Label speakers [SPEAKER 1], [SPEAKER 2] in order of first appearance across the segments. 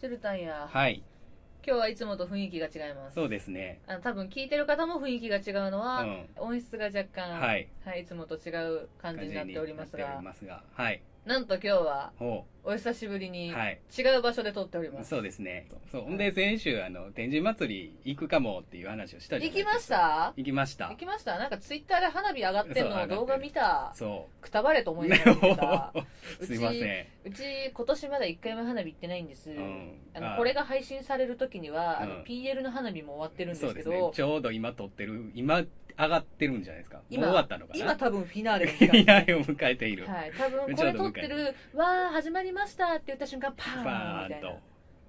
[SPEAKER 1] シュルタンや、
[SPEAKER 2] はい。
[SPEAKER 1] 今日はいつもと雰囲気が違います。
[SPEAKER 2] そうですね。
[SPEAKER 1] あの多分聞いてる方も雰囲気が違うの
[SPEAKER 2] う
[SPEAKER 1] は、
[SPEAKER 2] ん。
[SPEAKER 1] 音質が若干、、
[SPEAKER 2] はいい。
[SPEAKER 1] い、つもと違う感じになっております
[SPEAKER 2] 感じになってお
[SPEAKER 1] が
[SPEAKER 2] り、ますが。はい。
[SPEAKER 1] なんと今日は、
[SPEAKER 2] ほ
[SPEAKER 1] お久しぶり
[SPEAKER 2] う。
[SPEAKER 1] に、
[SPEAKER 2] はい。
[SPEAKER 1] 違う場所で撮っております。
[SPEAKER 2] そうですね。そう。ほんで、先週、あの、天神祭り行くかもっていう話をしたじ
[SPEAKER 1] 行
[SPEAKER 2] ゃないで
[SPEAKER 1] き
[SPEAKER 2] すか
[SPEAKER 1] ました
[SPEAKER 2] 行きました
[SPEAKER 1] 行。きましたなんかツイッターで花火上がってる
[SPEAKER 2] そう
[SPEAKER 1] の
[SPEAKER 2] 上がってる
[SPEAKER 1] 動画見た、
[SPEAKER 2] そ
[SPEAKER 1] くたばれと
[SPEAKER 2] う。
[SPEAKER 1] 思いながら見てた。うち
[SPEAKER 2] すいませ
[SPEAKER 1] うち今年まだ一回も花火行ってないんです。
[SPEAKER 2] ん。うん。
[SPEAKER 1] あの
[SPEAKER 2] あ
[SPEAKER 1] これが配信される時には、あ
[SPEAKER 2] う
[SPEAKER 1] の
[SPEAKER 2] ん
[SPEAKER 1] PL の花火も終わってるんで
[SPEAKER 2] そう
[SPEAKER 1] すけ
[SPEAKER 2] です
[SPEAKER 1] ど、
[SPEAKER 2] ね。ちょうど今撮ってる、今、上がってるんじゃないですか。もう終
[SPEAKER 1] 今
[SPEAKER 2] わったのかな
[SPEAKER 1] 今多分フィナーレの
[SPEAKER 2] い
[SPEAKER 1] 時間
[SPEAKER 2] や
[SPEAKER 1] です
[SPEAKER 2] いや
[SPEAKER 1] ね
[SPEAKER 2] いやを迎えている。
[SPEAKER 1] はい、多分これ撮ってる「わー始まりました」って言った瞬間パ
[SPEAKER 2] バ
[SPEAKER 1] ーンみ
[SPEAKER 2] ー
[SPEAKER 1] たい
[SPEAKER 2] ンと
[SPEAKER 1] な。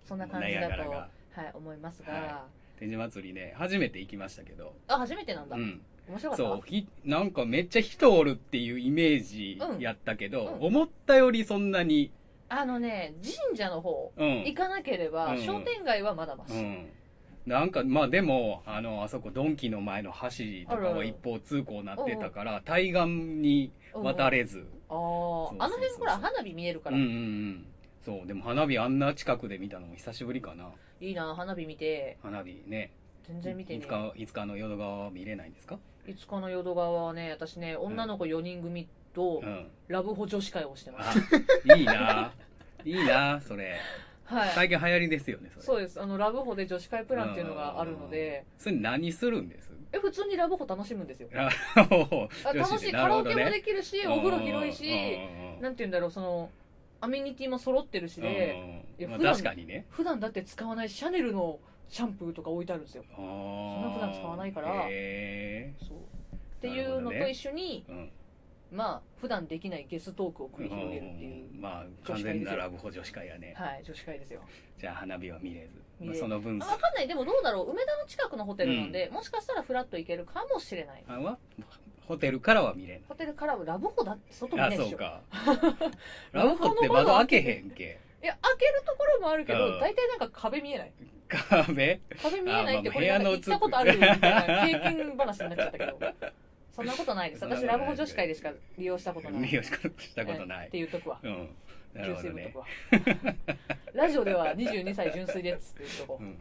[SPEAKER 1] そんな感じ
[SPEAKER 2] ナイアガ
[SPEAKER 1] だ
[SPEAKER 2] ラ
[SPEAKER 1] と、
[SPEAKER 2] が
[SPEAKER 1] はい、思いますが、
[SPEAKER 2] は天神祭りね、初めて行きましたけど。
[SPEAKER 1] あ初めてなん
[SPEAKER 2] う
[SPEAKER 1] だ、
[SPEAKER 2] ん。
[SPEAKER 1] 面白かった
[SPEAKER 2] そう、ひ、なんかめっちゃ人おるっていうイメージやったけど、
[SPEAKER 1] うんうん
[SPEAKER 2] 思ったよりそんなに、
[SPEAKER 1] あのね神社の方
[SPEAKER 2] う
[SPEAKER 1] 行
[SPEAKER 2] ん。
[SPEAKER 1] かなければ、
[SPEAKER 2] うんうん
[SPEAKER 1] 商店街はまだまし、
[SPEAKER 2] うん。なんか、まあでも、あの、あそこドンキの前の橋とか
[SPEAKER 1] あるあ
[SPEAKER 2] は
[SPEAKER 1] る
[SPEAKER 2] 一方通行になってたから、対岸に渡
[SPEAKER 1] れ
[SPEAKER 2] れず。
[SPEAKER 1] あー
[SPEAKER 2] そうそうそうそう
[SPEAKER 1] あの辺ほら花火見えるか
[SPEAKER 2] う
[SPEAKER 1] ら、
[SPEAKER 2] んうんうん。そう、でも花火あんな近くで見たのも久しぶりかな。
[SPEAKER 1] いいな花火見て
[SPEAKER 2] 花火ね。
[SPEAKER 1] 全然見て
[SPEAKER 2] い
[SPEAKER 1] ね
[SPEAKER 2] つか、いつかの淀川は見れないんですか
[SPEAKER 1] いつかの淀川はね私ね女の子4人組と、
[SPEAKER 2] うん。
[SPEAKER 1] ラブホ女子会をしてます、
[SPEAKER 2] あ、いいないいなそれ。
[SPEAKER 1] はい
[SPEAKER 2] 最近流行りですよね、それ。
[SPEAKER 1] そうですあのラブホで女子会プランっていうのがあるので、
[SPEAKER 2] それ何するんです
[SPEAKER 1] え普通にラブホ楽しむんですよ
[SPEAKER 2] あ
[SPEAKER 1] あ楽しい、カラオケもで
[SPEAKER 2] き
[SPEAKER 1] きるしお風呂広いし
[SPEAKER 2] な
[SPEAKER 1] なんて言うんだろうそのアメニティも揃ってるしでいや普段
[SPEAKER 2] 確かにね
[SPEAKER 1] 普段だって使わないシャネルのシャンプーとか置いてあるんですよ
[SPEAKER 2] そん
[SPEAKER 1] な普段使わないから
[SPEAKER 2] へ
[SPEAKER 1] そうっていうの
[SPEAKER 2] なるほど
[SPEAKER 1] と
[SPEAKER 2] ね
[SPEAKER 1] 一緒に、
[SPEAKER 2] えうん
[SPEAKER 1] まあ普段できないゲストークを繰り広げるっていう、
[SPEAKER 2] まあ完全なラブ補助司会やね
[SPEAKER 1] はい女子会ですよ
[SPEAKER 2] じゃあ花火は見れず
[SPEAKER 1] 見
[SPEAKER 2] ま
[SPEAKER 1] れず
[SPEAKER 2] あその分
[SPEAKER 1] あ分かんないでもどうだろう梅田の近くのホテルなんで、もしかしたらフラッと行けるかもしれない
[SPEAKER 2] あはホテルからは見れ
[SPEAKER 1] ホテルからはラブホだって外見
[SPEAKER 2] な
[SPEAKER 1] ない
[SPEAKER 2] あ
[SPEAKER 1] で
[SPEAKER 2] そ
[SPEAKER 1] し
[SPEAKER 2] う
[SPEAKER 1] ょ
[SPEAKER 2] かラブホって窓開けへんけ
[SPEAKER 1] いや開けるところもあるけ
[SPEAKER 2] う
[SPEAKER 1] ど
[SPEAKER 2] ん
[SPEAKER 1] 大体なんか壁見えない
[SPEAKER 2] 壁
[SPEAKER 1] 壁見えないって
[SPEAKER 2] あまあ
[SPEAKER 1] これなんか
[SPEAKER 2] 部
[SPEAKER 1] 行
[SPEAKER 2] 屋の
[SPEAKER 1] ったことあるみたいな経験話になっちゃったけ どそんなことないです
[SPEAKER 2] そ
[SPEAKER 1] 私
[SPEAKER 2] ん
[SPEAKER 1] ラ
[SPEAKER 2] な
[SPEAKER 1] ブ
[SPEAKER 2] ことない
[SPEAKER 1] ホ女子会でしか利用したこと ない
[SPEAKER 2] 見よしかしたことな
[SPEAKER 1] っ
[SPEAKER 2] い
[SPEAKER 1] て言っとくわ
[SPEAKER 2] うんなる
[SPEAKER 1] 純
[SPEAKER 2] ほ
[SPEAKER 1] 粋ぶっ
[SPEAKER 2] ど
[SPEAKER 1] と
[SPEAKER 2] ね
[SPEAKER 1] くわ ラジオでは22歳純粋ですって言っとこ
[SPEAKER 2] う
[SPEAKER 1] うん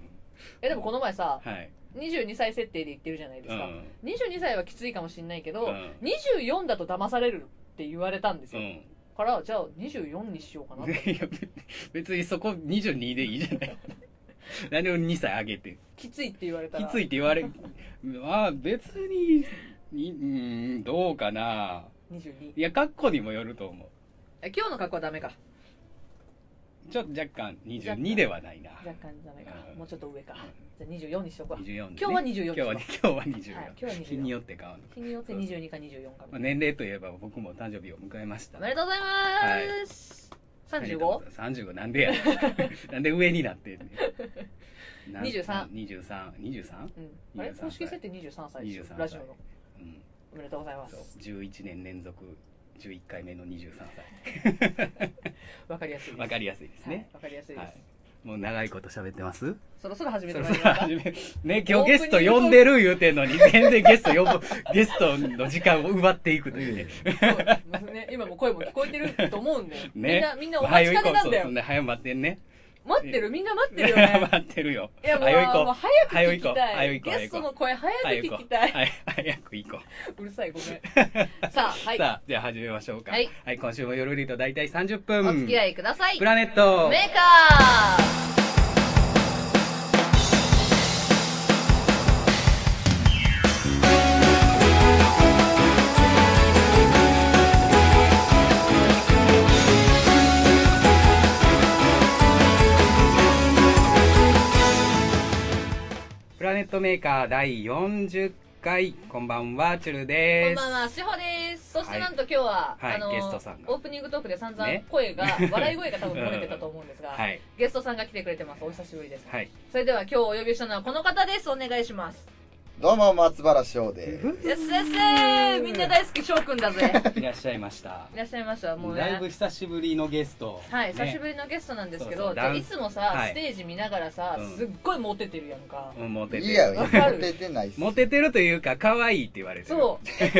[SPEAKER 1] えでもこの前さ
[SPEAKER 2] はい
[SPEAKER 1] 22歳設定で言ってるじゃないです
[SPEAKER 2] う
[SPEAKER 1] か
[SPEAKER 2] ん
[SPEAKER 1] 22歳はきついかもしんないけど
[SPEAKER 2] うん
[SPEAKER 1] 24だと騙されるって言われたんです
[SPEAKER 2] う
[SPEAKER 1] よ
[SPEAKER 2] ん
[SPEAKER 1] からじゃあ24にしようかなっ
[SPEAKER 2] い
[SPEAKER 1] て
[SPEAKER 2] や別にそこ22でいいじ ゃない何でも2歳上げて
[SPEAKER 1] きついって言われた
[SPEAKER 2] き
[SPEAKER 1] ら
[SPEAKER 2] ついって言われまあ別ににうーんどうかな
[SPEAKER 1] 22
[SPEAKER 2] いや格好にもよると思
[SPEAKER 1] え今日の格好はダメか
[SPEAKER 2] うちょっと若干
[SPEAKER 1] 若干
[SPEAKER 2] 22ではないな
[SPEAKER 1] 若干ダメか
[SPEAKER 2] うん
[SPEAKER 1] もうちょっと上かじゃあ24にしとくわ
[SPEAKER 2] 24でね
[SPEAKER 1] 今日は24
[SPEAKER 2] 今日は
[SPEAKER 1] で
[SPEAKER 2] 今日は24、
[SPEAKER 1] はい今日は24
[SPEAKER 2] 日によって変わる、
[SPEAKER 1] 日によって
[SPEAKER 2] そうそう
[SPEAKER 1] 22か24かみ
[SPEAKER 2] ま
[SPEAKER 1] た
[SPEAKER 2] あ、
[SPEAKER 1] いな
[SPEAKER 2] 年齢といえば僕も誕生日を迎えました
[SPEAKER 1] おめでとうございます、35?
[SPEAKER 2] 三十五なんでや なんで上になってんねんなん
[SPEAKER 1] 23
[SPEAKER 2] 23 23
[SPEAKER 1] うん、あれ
[SPEAKER 2] 23歳
[SPEAKER 1] 公式設定23歳ですよ
[SPEAKER 2] 23歳
[SPEAKER 1] ラジオの
[SPEAKER 2] うん
[SPEAKER 1] おめでとうございま
[SPEAKER 2] そ
[SPEAKER 1] す
[SPEAKER 2] う11年連続11回目の23
[SPEAKER 1] わかりやすいで
[SPEAKER 2] 歳
[SPEAKER 1] す
[SPEAKER 2] わかり
[SPEAKER 1] や
[SPEAKER 2] やすいですね、
[SPEAKER 1] わ、かりやすいです、
[SPEAKER 2] はいもう長いこと喋ってます
[SPEAKER 1] そろそろ始め
[SPEAKER 2] そ
[SPEAKER 1] て
[SPEAKER 2] ろ
[SPEAKER 1] も
[SPEAKER 2] そ
[SPEAKER 1] ら
[SPEAKER 2] ろ
[SPEAKER 1] いますか
[SPEAKER 2] 始め ね今日ゲスト呼んでる言うてんのに全然ゲスト呼ぶゲストの時間を奪っていくというね
[SPEAKER 1] そうですね今もう声も聞こえてると思うんで、
[SPEAKER 2] ね
[SPEAKER 1] みんなみんなお待ちかねなんだ
[SPEAKER 2] そう
[SPEAKER 1] よ
[SPEAKER 2] そうね早待ってんね
[SPEAKER 1] 待ってるみんな待って るよね
[SPEAKER 2] 待ってるよ
[SPEAKER 1] いやもう
[SPEAKER 2] 早
[SPEAKER 1] もう
[SPEAKER 2] 行こ
[SPEAKER 1] 早く
[SPEAKER 2] 早
[SPEAKER 1] 聞
[SPEAKER 2] いこ
[SPEAKER 1] き
[SPEAKER 2] う
[SPEAKER 1] た
[SPEAKER 2] 早
[SPEAKER 1] い
[SPEAKER 2] いこう
[SPEAKER 1] ゲストの声早
[SPEAKER 2] う
[SPEAKER 1] く
[SPEAKER 2] 早
[SPEAKER 1] 聞
[SPEAKER 2] 行こ
[SPEAKER 1] き
[SPEAKER 2] う
[SPEAKER 1] たい
[SPEAKER 2] はい早く行こう
[SPEAKER 1] うるさいごめん さあはい
[SPEAKER 2] さあ、じゃあ始めましょうか。
[SPEAKER 1] はい。
[SPEAKER 2] 今週も夜リーと大体30分。
[SPEAKER 1] お付き合いください
[SPEAKER 2] プラネット。
[SPEAKER 1] メーカー
[SPEAKER 2] プラネットメーカー第40回。こんばんは、チュル
[SPEAKER 1] こん
[SPEAKER 2] です。
[SPEAKER 1] ばんは、しほです。そして
[SPEAKER 2] はい
[SPEAKER 1] なんと今日は、
[SPEAKER 2] はい
[SPEAKER 1] あの
[SPEAKER 2] ゲストさんが
[SPEAKER 1] オープニングトークで散々
[SPEAKER 2] ね
[SPEAKER 1] 声が、笑い声が多分漏れてたと思うんですが、
[SPEAKER 2] はい。
[SPEAKER 1] ゲストさんが来てくれてます。お久しぶりです。
[SPEAKER 2] はい。
[SPEAKER 1] それでは今日お呼びしたのはこの方です。お願いします。
[SPEAKER 3] どうも松原翔です
[SPEAKER 1] よっしゃっしゃーみんな大好き翔くんだぜ。
[SPEAKER 2] いらっしゃいました。
[SPEAKER 1] いらっしゃいました。もう
[SPEAKER 2] だい
[SPEAKER 1] ね
[SPEAKER 2] ぶ。久しぶりのゲスト。
[SPEAKER 1] はい、久しぶ
[SPEAKER 2] り。
[SPEAKER 1] りのゲストなんですけ
[SPEAKER 2] そうそ
[SPEAKER 1] ど、
[SPEAKER 2] う
[SPEAKER 1] で
[SPEAKER 2] ダン
[SPEAKER 1] いつもさ、
[SPEAKER 2] はい
[SPEAKER 1] ステージ見ながらさ、
[SPEAKER 2] うん
[SPEAKER 1] すっごいモテてるやんか。
[SPEAKER 2] うんモテて
[SPEAKER 3] い
[SPEAKER 2] る。
[SPEAKER 3] や
[SPEAKER 1] わ
[SPEAKER 3] モ
[SPEAKER 1] かる
[SPEAKER 3] テてないっす
[SPEAKER 2] モテてるというか、可愛いって言われてる。
[SPEAKER 1] そう。す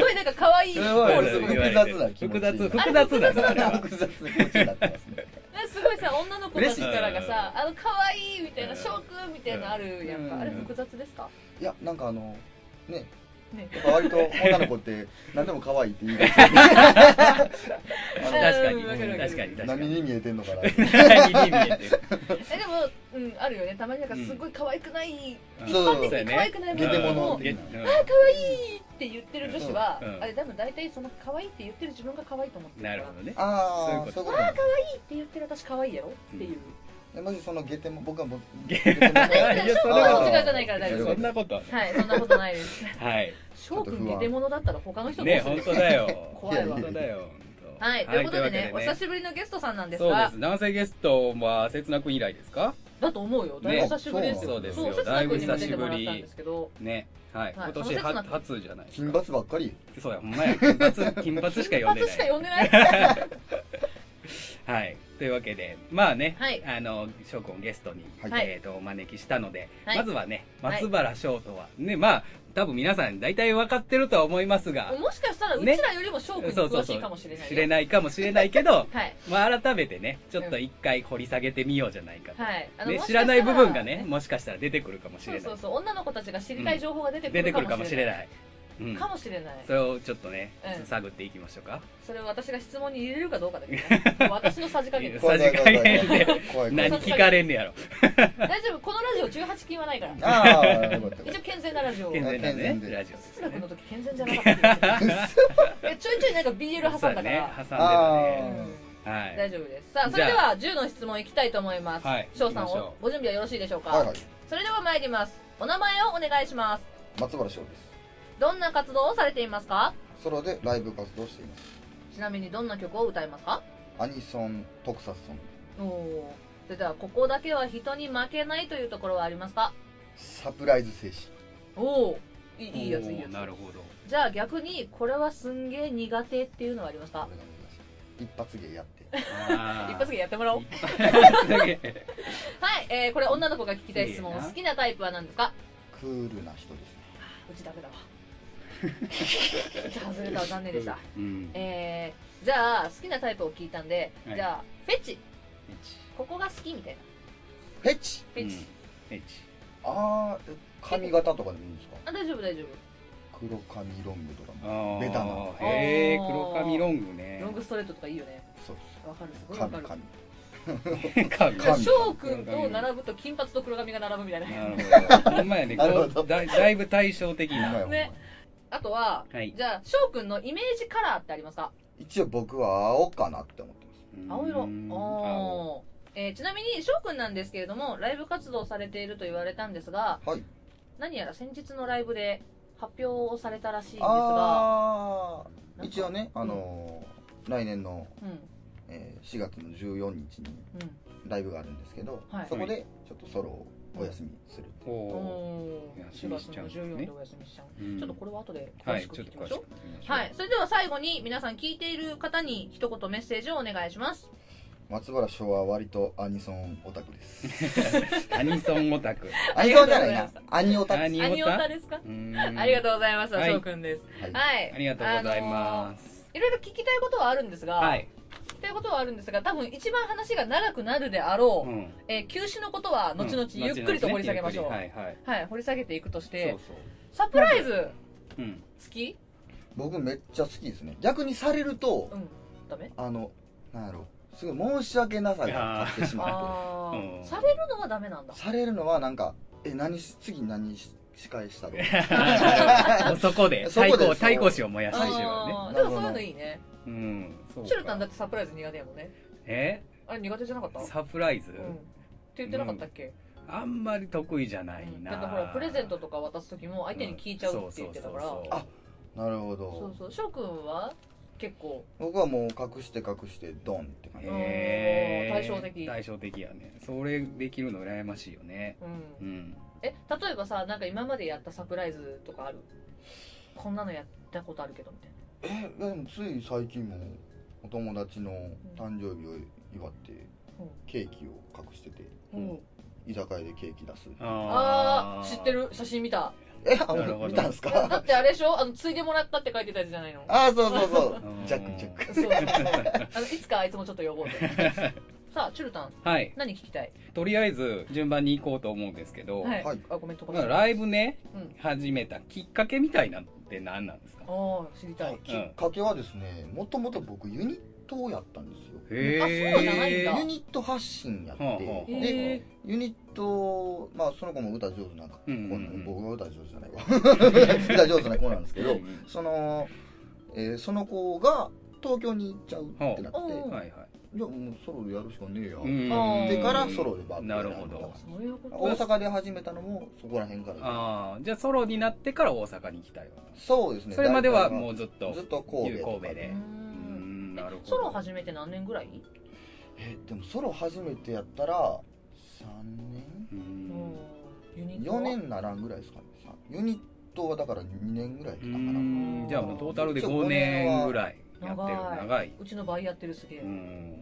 [SPEAKER 1] ごいなんか可愛いイ
[SPEAKER 2] す
[SPEAKER 1] コ
[SPEAKER 2] ごい
[SPEAKER 1] ール
[SPEAKER 3] そ
[SPEAKER 1] す
[SPEAKER 3] う
[SPEAKER 1] ごい。
[SPEAKER 3] 複雑な気持ち
[SPEAKER 2] 複雑、
[SPEAKER 3] あ
[SPEAKER 2] 複雑だね、あれは
[SPEAKER 3] 複雑な気持ちになってますね
[SPEAKER 1] ねすごいさ女の子たちからがさ「あの可愛いみたいな「翔くん」みたいなのあるやん
[SPEAKER 2] う
[SPEAKER 1] か
[SPEAKER 2] ん
[SPEAKER 1] あれ複雑ですか
[SPEAKER 3] いやなんかあのね
[SPEAKER 1] ね
[SPEAKER 3] やっぱ割と女の子って何でも可愛いって言いがち
[SPEAKER 2] 確
[SPEAKER 3] あ
[SPEAKER 2] かに
[SPEAKER 1] うんわかるわかる
[SPEAKER 2] 確かに確
[SPEAKER 3] の
[SPEAKER 2] か
[SPEAKER 3] 何
[SPEAKER 2] に
[SPEAKER 3] に見えてんのかな
[SPEAKER 2] 何に見えてる
[SPEAKER 1] えでも、うん、あるよねたまになんかすごい可愛くない、
[SPEAKER 2] うん
[SPEAKER 1] 一般的
[SPEAKER 2] そう
[SPEAKER 1] に
[SPEAKER 2] やね
[SPEAKER 1] 可愛くないも
[SPEAKER 3] ゲテ
[SPEAKER 1] の
[SPEAKER 3] モ
[SPEAKER 1] も、
[SPEAKER 3] ノ
[SPEAKER 1] あ
[SPEAKER 2] うんゲうん
[SPEAKER 1] ー可愛いって言ってる女子は、
[SPEAKER 2] うん
[SPEAKER 1] あれ多分大体その可愛いって言ってる自分が可愛いと思ってるか
[SPEAKER 2] な
[SPEAKER 1] ら
[SPEAKER 2] るほどね
[SPEAKER 3] あ
[SPEAKER 2] そ
[SPEAKER 3] あそうう
[SPEAKER 2] いこ
[SPEAKER 3] いううことと
[SPEAKER 1] ああ
[SPEAKER 3] ね
[SPEAKER 1] 可愛いって言ってる私可愛いやろっていう、
[SPEAKER 3] えもしそのゲテモ僕はもう
[SPEAKER 2] ゲ
[SPEAKER 3] ゲテモノ
[SPEAKER 2] いやそ
[SPEAKER 1] 翔くん
[SPEAKER 2] れは
[SPEAKER 1] は間違いないから大丈
[SPEAKER 2] そんなことは
[SPEAKER 1] 夫はいそんなことない です
[SPEAKER 2] はい
[SPEAKER 1] 翔くんゲテモノだったら他の人どう
[SPEAKER 2] ね
[SPEAKER 1] する
[SPEAKER 2] 本当だよ
[SPEAKER 1] 怖いわ
[SPEAKER 2] 本当だよ本当
[SPEAKER 1] はい、ということでね,、
[SPEAKER 2] というわけ
[SPEAKER 1] お久しぶりのゲストさんなんです
[SPEAKER 2] そうで
[SPEAKER 1] が
[SPEAKER 2] す男性ゲストは刹那君以来ですか
[SPEAKER 1] だと思うよだいぶ久しぶりですよ、
[SPEAKER 3] ね
[SPEAKER 2] そうです
[SPEAKER 1] そう
[SPEAKER 2] よ
[SPEAKER 1] 節
[SPEAKER 2] だい
[SPEAKER 1] く
[SPEAKER 2] ぶ
[SPEAKER 1] んにも
[SPEAKER 2] 久
[SPEAKER 1] 出
[SPEAKER 2] して
[SPEAKER 1] も
[SPEAKER 2] ぶ
[SPEAKER 1] らっ
[SPEAKER 2] り
[SPEAKER 1] たんですけど
[SPEAKER 2] ねはい
[SPEAKER 1] は
[SPEAKER 2] 今
[SPEAKER 1] い
[SPEAKER 2] 年
[SPEAKER 1] その刹那
[SPEAKER 2] は
[SPEAKER 1] 君
[SPEAKER 2] 初じゃないです
[SPEAKER 3] 金
[SPEAKER 2] か
[SPEAKER 3] 髪ばっかり
[SPEAKER 2] そうやほんまや金 髪金髪しか呼ん
[SPEAKER 1] 一
[SPEAKER 2] でな
[SPEAKER 1] 発しか
[SPEAKER 2] い
[SPEAKER 1] 呼んでない
[SPEAKER 2] はいというわけでまあね
[SPEAKER 1] はい
[SPEAKER 2] あの翔くんをゲストに
[SPEAKER 1] はい
[SPEAKER 2] えーとお招きしたので
[SPEAKER 1] はい
[SPEAKER 2] まずはね
[SPEAKER 1] はい
[SPEAKER 2] 松原翔とはねまあ多分皆さん大体分かってるとは思いますが
[SPEAKER 1] もしかしたらうち
[SPEAKER 2] ね
[SPEAKER 1] らよりも翔くんに
[SPEAKER 2] そうそう
[SPEAKER 1] 詳
[SPEAKER 2] そ
[SPEAKER 1] しいうかもしれないよ
[SPEAKER 2] 知れないかもしれないけど
[SPEAKER 1] はい
[SPEAKER 2] まあ改めてねちょっと一回掘り下げてみようじゃないかと
[SPEAKER 1] はい、あの
[SPEAKER 2] ね
[SPEAKER 1] もしかし
[SPEAKER 2] 知
[SPEAKER 1] た
[SPEAKER 2] らない部分がねもしかしたら出てくるかもし
[SPEAKER 1] そ
[SPEAKER 2] れ
[SPEAKER 1] う
[SPEAKER 2] な
[SPEAKER 1] そう
[SPEAKER 2] い
[SPEAKER 1] そう女の子たちが知りたい情報が出て
[SPEAKER 2] 出
[SPEAKER 1] く
[SPEAKER 2] て
[SPEAKER 1] る
[SPEAKER 2] く
[SPEAKER 1] か
[SPEAKER 2] るかも
[SPEAKER 1] も
[SPEAKER 2] し
[SPEAKER 1] し
[SPEAKER 2] れ
[SPEAKER 1] れない
[SPEAKER 2] ないうん
[SPEAKER 1] かもしれない
[SPEAKER 2] それをちょっとね
[SPEAKER 1] うん
[SPEAKER 2] 探っていきましょうか
[SPEAKER 1] それを私が質問に入れるかどうかだけど、ね、私のさじ加減です
[SPEAKER 2] さじ加減で
[SPEAKER 3] 怖い怖い
[SPEAKER 2] 何聞かれんねやろ
[SPEAKER 1] 大丈夫このラジオ18禁はないから
[SPEAKER 3] ああよかった
[SPEAKER 1] 一応健全なラジオ
[SPEAKER 2] 健
[SPEAKER 1] 哲
[SPEAKER 2] 全なね
[SPEAKER 3] 健全で
[SPEAKER 2] ラジオです
[SPEAKER 1] 学
[SPEAKER 2] ね
[SPEAKER 1] の時健全じゃなかった えちょいちょいなんか BL 挟んだ
[SPEAKER 2] そう
[SPEAKER 1] から、
[SPEAKER 2] だね挟んでた
[SPEAKER 1] う
[SPEAKER 2] ね
[SPEAKER 1] ん
[SPEAKER 3] あ
[SPEAKER 2] は
[SPEAKER 1] 大丈夫ですさあそれでは10の質問いきたいと思います
[SPEAKER 2] はい
[SPEAKER 1] 翔、さん
[SPEAKER 2] 行きましょ
[SPEAKER 1] おご準備はよろしいでしょうか、
[SPEAKER 3] はいはい
[SPEAKER 1] それでは参りますお名前をお願いします
[SPEAKER 3] 松原翔です
[SPEAKER 1] どんな活動をされていますか
[SPEAKER 3] ソロでライブ活動しています
[SPEAKER 1] ちなみにどんな曲を歌いますか
[SPEAKER 3] アニソン特撮ソング
[SPEAKER 1] おおそれではここだけは人に負けないというところはありますか
[SPEAKER 3] サプライズ精神
[SPEAKER 1] おおい
[SPEAKER 2] い
[SPEAKER 1] いいいやついいや
[SPEAKER 2] おーな
[SPEAKER 1] つ
[SPEAKER 2] るほど
[SPEAKER 1] じゃあ逆にこれはすんげえ苦手っていうのはありますか
[SPEAKER 3] これが難しい一発芸やって
[SPEAKER 1] 一発
[SPEAKER 2] 芸
[SPEAKER 1] 芸やってもらおう
[SPEAKER 2] 一発芸
[SPEAKER 1] はい、えー、これ女の子が聞きたい質問
[SPEAKER 2] いいな
[SPEAKER 1] 好きなタイプは何です か
[SPEAKER 3] クールな人ですね
[SPEAKER 1] うちダメだわうち外れたわ残念でした
[SPEAKER 2] うん
[SPEAKER 1] えー、じゃあ好きなタイプを聞いたんで、
[SPEAKER 2] はい
[SPEAKER 1] じゃあフェチここが好きみたいな
[SPEAKER 3] フェチ
[SPEAKER 1] フェチ、
[SPEAKER 2] エッチ
[SPEAKER 3] ああえ髪型とかでもいいんですか
[SPEAKER 1] あ大丈夫大丈
[SPEAKER 3] 黒髪ロングとかも
[SPEAKER 2] ベ
[SPEAKER 3] ベタな
[SPEAKER 2] へえ
[SPEAKER 1] あー
[SPEAKER 2] 黒髪ロングね
[SPEAKER 1] 夫ロングストレートとかいいよね
[SPEAKER 3] そう
[SPEAKER 1] わかるすごいわ
[SPEAKER 3] 髪
[SPEAKER 1] かる
[SPEAKER 3] 髪
[SPEAKER 2] 髪
[SPEAKER 1] じゃあ
[SPEAKER 3] 髪
[SPEAKER 1] 翔くんと並ぶと金髪と黒髪が並ぶみたいな
[SPEAKER 2] なるほどほんまやね
[SPEAKER 3] なるほ
[SPEAKER 2] こ
[SPEAKER 3] ど
[SPEAKER 2] うだだいぶ対照的
[SPEAKER 3] ほんまや
[SPEAKER 2] な
[SPEAKER 3] ほんまや
[SPEAKER 1] ね あとは、
[SPEAKER 2] はい
[SPEAKER 1] じゃあ翔くんのイメージカラーってありますか
[SPEAKER 3] 一応僕は青かなって思ってます
[SPEAKER 1] 青色
[SPEAKER 2] うん青
[SPEAKER 1] おーえーちなみに翔くんなんですけれどもライブ活動をされていると言われたんですが
[SPEAKER 3] はい
[SPEAKER 1] 何やら先日のライブで発表をされたらしいんですが
[SPEAKER 3] あ
[SPEAKER 1] なん
[SPEAKER 3] あ
[SPEAKER 1] か
[SPEAKER 3] 一応ねあのー来年の、
[SPEAKER 1] うん
[SPEAKER 3] えー4月の14日に
[SPEAKER 1] うん
[SPEAKER 3] ライブがあるんですけど、
[SPEAKER 1] はい
[SPEAKER 3] そこでちょっとソロをお休みする、
[SPEAKER 2] お
[SPEAKER 1] おー
[SPEAKER 2] 休
[SPEAKER 1] 4
[SPEAKER 2] み
[SPEAKER 1] 月
[SPEAKER 2] しちゃう
[SPEAKER 1] の
[SPEAKER 2] んですね
[SPEAKER 1] 14でお休みしちゃう、
[SPEAKER 2] ーうん
[SPEAKER 1] ちょっとこれは後で
[SPEAKER 2] は
[SPEAKER 1] 詳
[SPEAKER 2] い
[SPEAKER 1] しく
[SPEAKER 2] ち
[SPEAKER 1] 聞
[SPEAKER 2] ょっ
[SPEAKER 1] いて
[SPEAKER 2] と
[SPEAKER 1] みま
[SPEAKER 2] 詳し
[SPEAKER 1] しょ
[SPEAKER 2] く聞
[SPEAKER 1] う
[SPEAKER 2] きましょう
[SPEAKER 1] はい、それでは最後に皆さん聞いている方に一言メッセージをお願いします
[SPEAKER 3] 松原翔は割とアニソンオタクです
[SPEAKER 2] アニソンオタク
[SPEAKER 3] アニソンじゃないなアニオタ
[SPEAKER 2] ア
[SPEAKER 3] クです
[SPEAKER 2] ニ
[SPEAKER 1] ア
[SPEAKER 2] オ
[SPEAKER 1] ニオ
[SPEAKER 2] タ
[SPEAKER 1] タですか、あ
[SPEAKER 2] あ
[SPEAKER 1] りがとうございました、
[SPEAKER 2] は
[SPEAKER 1] 翔
[SPEAKER 2] い
[SPEAKER 1] くんです
[SPEAKER 3] はい
[SPEAKER 1] はい
[SPEAKER 2] ありがとうございます
[SPEAKER 1] あのーいろいろ聞きたいことはあるんですが、
[SPEAKER 2] はい
[SPEAKER 1] 聞きたいことはあるんですが多分一番話が長くなるであろう、
[SPEAKER 2] うん
[SPEAKER 1] えー休止のことは後々
[SPEAKER 2] うん
[SPEAKER 1] ゆっくりと掘り下げましょう、
[SPEAKER 2] 後々
[SPEAKER 1] は
[SPEAKER 2] ね
[SPEAKER 1] い、
[SPEAKER 2] ゆっくりはいはい
[SPEAKER 1] 掘り下げていくとし
[SPEAKER 2] そ
[SPEAKER 1] て
[SPEAKER 2] うそ
[SPEAKER 1] サプライズ
[SPEAKER 2] ううん
[SPEAKER 1] 好き
[SPEAKER 3] 僕めっちゃ好きですね逆にされると、
[SPEAKER 1] うんダメ
[SPEAKER 3] あのなんやろすごい申し訳なさが勝ってしまっ
[SPEAKER 1] あー、
[SPEAKER 2] うん
[SPEAKER 1] されるのはダメなんだ
[SPEAKER 3] てされるのはなんかえ何し次何し仕返したの
[SPEAKER 2] もうそこで
[SPEAKER 3] そこ
[SPEAKER 2] 対
[SPEAKER 3] で
[SPEAKER 2] 抗
[SPEAKER 3] そう
[SPEAKER 2] 対抗心を燃やして
[SPEAKER 1] あ
[SPEAKER 2] し
[SPEAKER 1] ー
[SPEAKER 2] ま
[SPEAKER 3] ね
[SPEAKER 1] でもそういうのいいね
[SPEAKER 2] うねうんそうか
[SPEAKER 1] チュルタンだってサプライズ苦手やもんね
[SPEAKER 2] え
[SPEAKER 1] あれ苦手じゃなかった
[SPEAKER 2] サプライズ
[SPEAKER 1] うんって言ってなかったっけ、
[SPEAKER 2] あんまり得意じゃな
[SPEAKER 1] う
[SPEAKER 2] い
[SPEAKER 1] ん
[SPEAKER 2] な
[SPEAKER 1] だってほらプレゼントとか渡す時も相手に聞いちゃうって言ってたから、
[SPEAKER 2] うんそうそうそう
[SPEAKER 3] あなるほど
[SPEAKER 1] そうそう翔くんは結構
[SPEAKER 3] 僕はもう隠して隠してドンって感じ、
[SPEAKER 2] へー
[SPEAKER 1] 対照的
[SPEAKER 2] 対照的やねそれできるの羨ましいよね
[SPEAKER 1] う
[SPEAKER 2] うんん
[SPEAKER 1] え例えばさなんか今までやったサプライズとかあるこんなのやったことあるけどみたい
[SPEAKER 3] えでもつい最近もお友達の誕生日を祝って
[SPEAKER 1] うん
[SPEAKER 3] ケーキを隠してて
[SPEAKER 1] な、
[SPEAKER 2] うん
[SPEAKER 3] 居酒屋でケーキ出す
[SPEAKER 1] ああ知って
[SPEAKER 2] る
[SPEAKER 1] る写真見た
[SPEAKER 3] えあ
[SPEAKER 2] なるほど
[SPEAKER 3] の見たんす
[SPEAKER 1] だ
[SPEAKER 3] か
[SPEAKER 1] ってあれでしょあのついでもらったって書いてたやつじゃない の
[SPEAKER 3] あそうそうそうジャッ
[SPEAKER 2] うん
[SPEAKER 3] クジャック
[SPEAKER 1] そうそうそうあのいつかあいつもちょっと呼ぼうとさあチュルタン
[SPEAKER 2] はい。
[SPEAKER 1] 何聞きたい
[SPEAKER 2] とりあえず、順番に行こうと思うんですけど、
[SPEAKER 1] はい、
[SPEAKER 3] はい
[SPEAKER 1] あごめん飛ば
[SPEAKER 2] まあ
[SPEAKER 1] し
[SPEAKER 2] ラ
[SPEAKER 1] た
[SPEAKER 2] イブね、
[SPEAKER 1] うん
[SPEAKER 2] 始めたきっかけみたいなのって何なんですか
[SPEAKER 1] ああ知りたい
[SPEAKER 3] きっかけはですねもともと僕ユニットをやったんですよ
[SPEAKER 1] あそうじゃないんだ
[SPEAKER 3] ユニット発信やって、
[SPEAKER 2] はあはあ
[SPEAKER 3] で
[SPEAKER 1] へ
[SPEAKER 3] ユニット、まあ、その子も歌上手な子、
[SPEAKER 2] うんうんうん
[SPEAKER 3] 僕は歌上手じ ゃないわ歌上手な子なんですけ
[SPEAKER 2] う
[SPEAKER 3] ど
[SPEAKER 2] んうん
[SPEAKER 3] その、えーその子が東京に行っちゃうってなって、
[SPEAKER 1] はあうん
[SPEAKER 2] はいは
[SPEAKER 3] じゃあもうソロでやるしかねえや、
[SPEAKER 2] い。
[SPEAKER 1] あー
[SPEAKER 3] でからソロでバック
[SPEAKER 2] なるほど。
[SPEAKER 1] そういうこと
[SPEAKER 3] 大阪で始めたのもそこら辺から
[SPEAKER 2] ああ、じゃあソロになってから大阪に来たよ。
[SPEAKER 3] そうですね
[SPEAKER 2] それまでは
[SPEAKER 3] 大体
[SPEAKER 2] もうずっと。
[SPEAKER 3] ずっと神戸とか
[SPEAKER 2] 神戸
[SPEAKER 1] う
[SPEAKER 2] でうー
[SPEAKER 1] ん
[SPEAKER 2] ん
[SPEAKER 1] え
[SPEAKER 2] なるほど。
[SPEAKER 1] ソロ始めて何年ぐらい
[SPEAKER 3] えーでもソロ初めてやったら3年
[SPEAKER 2] うーん
[SPEAKER 1] ユニットは
[SPEAKER 3] 4年ならんぐらいですかねさユニットはだから2年ぐらい来たか
[SPEAKER 2] うー
[SPEAKER 3] なん
[SPEAKER 2] じゃあもうトータルで5年ぐらいやってる。
[SPEAKER 1] 長い
[SPEAKER 2] 長いう
[SPEAKER 1] ちの倍やってるすげえ、
[SPEAKER 2] うーん。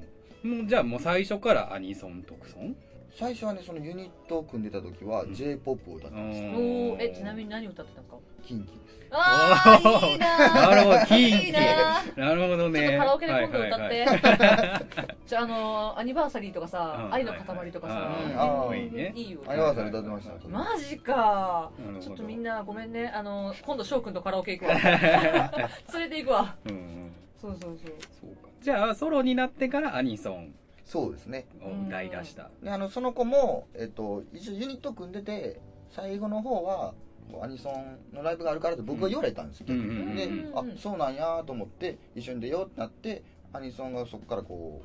[SPEAKER 2] もうじゃあもう最初からアニソン、特ソン
[SPEAKER 3] 最初はねそのユニットを組んでた時は
[SPEAKER 2] うん
[SPEAKER 3] j p o p を歌ってました、
[SPEAKER 2] うん
[SPEAKER 1] おーえちなみに何歌ってたんですか
[SPEAKER 3] キンキ
[SPEAKER 1] あ
[SPEAKER 2] お
[SPEAKER 1] ー
[SPEAKER 2] ー
[SPEAKER 1] いい なー
[SPEAKER 2] なるほどキンキ
[SPEAKER 1] いいなー
[SPEAKER 2] なるほど
[SPEAKER 1] ちょっ
[SPEAKER 2] ね。
[SPEAKER 1] とカラオケで今度歌
[SPEAKER 2] はい
[SPEAKER 1] っ
[SPEAKER 2] はいはい
[SPEAKER 1] て、 じゃああのーアニバーサリーとかさ
[SPEAKER 2] う、ん
[SPEAKER 1] 愛の塊とかさ
[SPEAKER 2] はい
[SPEAKER 3] はいはいあ、ー
[SPEAKER 1] 全然
[SPEAKER 2] いいね
[SPEAKER 1] いいよ。
[SPEAKER 3] アニバーサリー歌ってましたね
[SPEAKER 1] マジか
[SPEAKER 2] なるほど
[SPEAKER 1] ちょっとみんなごめんね、あのー今度翔くんとカラオケ行くわ。 連れて行くわ。
[SPEAKER 2] うんうん
[SPEAKER 1] そうそうそう。
[SPEAKER 2] そうか。じゃあソロになってからアニソン
[SPEAKER 3] そうですね
[SPEAKER 2] を歌い出した。
[SPEAKER 3] であのその子も、えっと、一応ユニット組んでて最後の方はこうアニソンのライブがあるからって僕が言われたんですけど、
[SPEAKER 2] うんうんうんうん
[SPEAKER 3] で
[SPEAKER 1] うん
[SPEAKER 3] あそうなんやと思って一緒に出ようってなってアニソンがそこからこ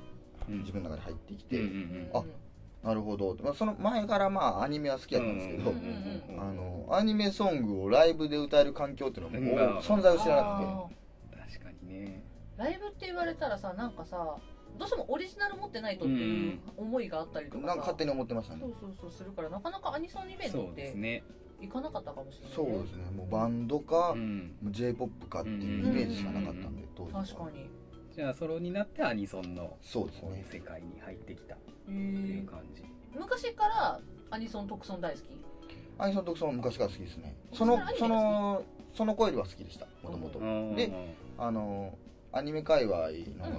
[SPEAKER 3] う
[SPEAKER 2] うん
[SPEAKER 3] 自分の中に入ってきて、
[SPEAKER 2] うんうん
[SPEAKER 3] あなるほど、まあ、その前からまあアニメは好きやったんですけど、
[SPEAKER 1] うんうん
[SPEAKER 2] うん
[SPEAKER 3] あのアニメソングをライブで歌える環境っていうの
[SPEAKER 2] うん
[SPEAKER 3] はもう存在を知らなくて
[SPEAKER 1] あ
[SPEAKER 2] 確かにね。
[SPEAKER 1] ーライブって言われたらさ、なんかさ、どうしてもオリジナル持ってないとっていう思いがあったりとか
[SPEAKER 3] なん
[SPEAKER 1] さ、
[SPEAKER 3] か勝手に思ってましたね
[SPEAKER 1] そうそうそうするから、なかなかアニソンイベント
[SPEAKER 2] そ
[SPEAKER 1] っ
[SPEAKER 2] うです
[SPEAKER 1] て
[SPEAKER 2] ね。
[SPEAKER 1] 行かなかったかもしれない、ね。
[SPEAKER 3] そうですねもうバンドか、
[SPEAKER 2] うん。
[SPEAKER 3] もう j p o p かっていうイメージしかなかったんで当時は
[SPEAKER 1] 確かに。
[SPEAKER 2] じゃあソロになってアニソンの
[SPEAKER 3] そうです
[SPEAKER 2] こういう
[SPEAKER 3] ね
[SPEAKER 2] 世界に入ってきたって
[SPEAKER 1] へ
[SPEAKER 2] い
[SPEAKER 1] ー
[SPEAKER 2] う感じ。
[SPEAKER 1] 昔からアニソン特ソン大好き
[SPEAKER 3] アニソン独奏も昔から好きですねその
[SPEAKER 1] 昔か
[SPEAKER 3] そ
[SPEAKER 1] らアニメ
[SPEAKER 3] のその子よりは好きでしたもともと
[SPEAKER 2] うん
[SPEAKER 3] であのアニメ界隈の、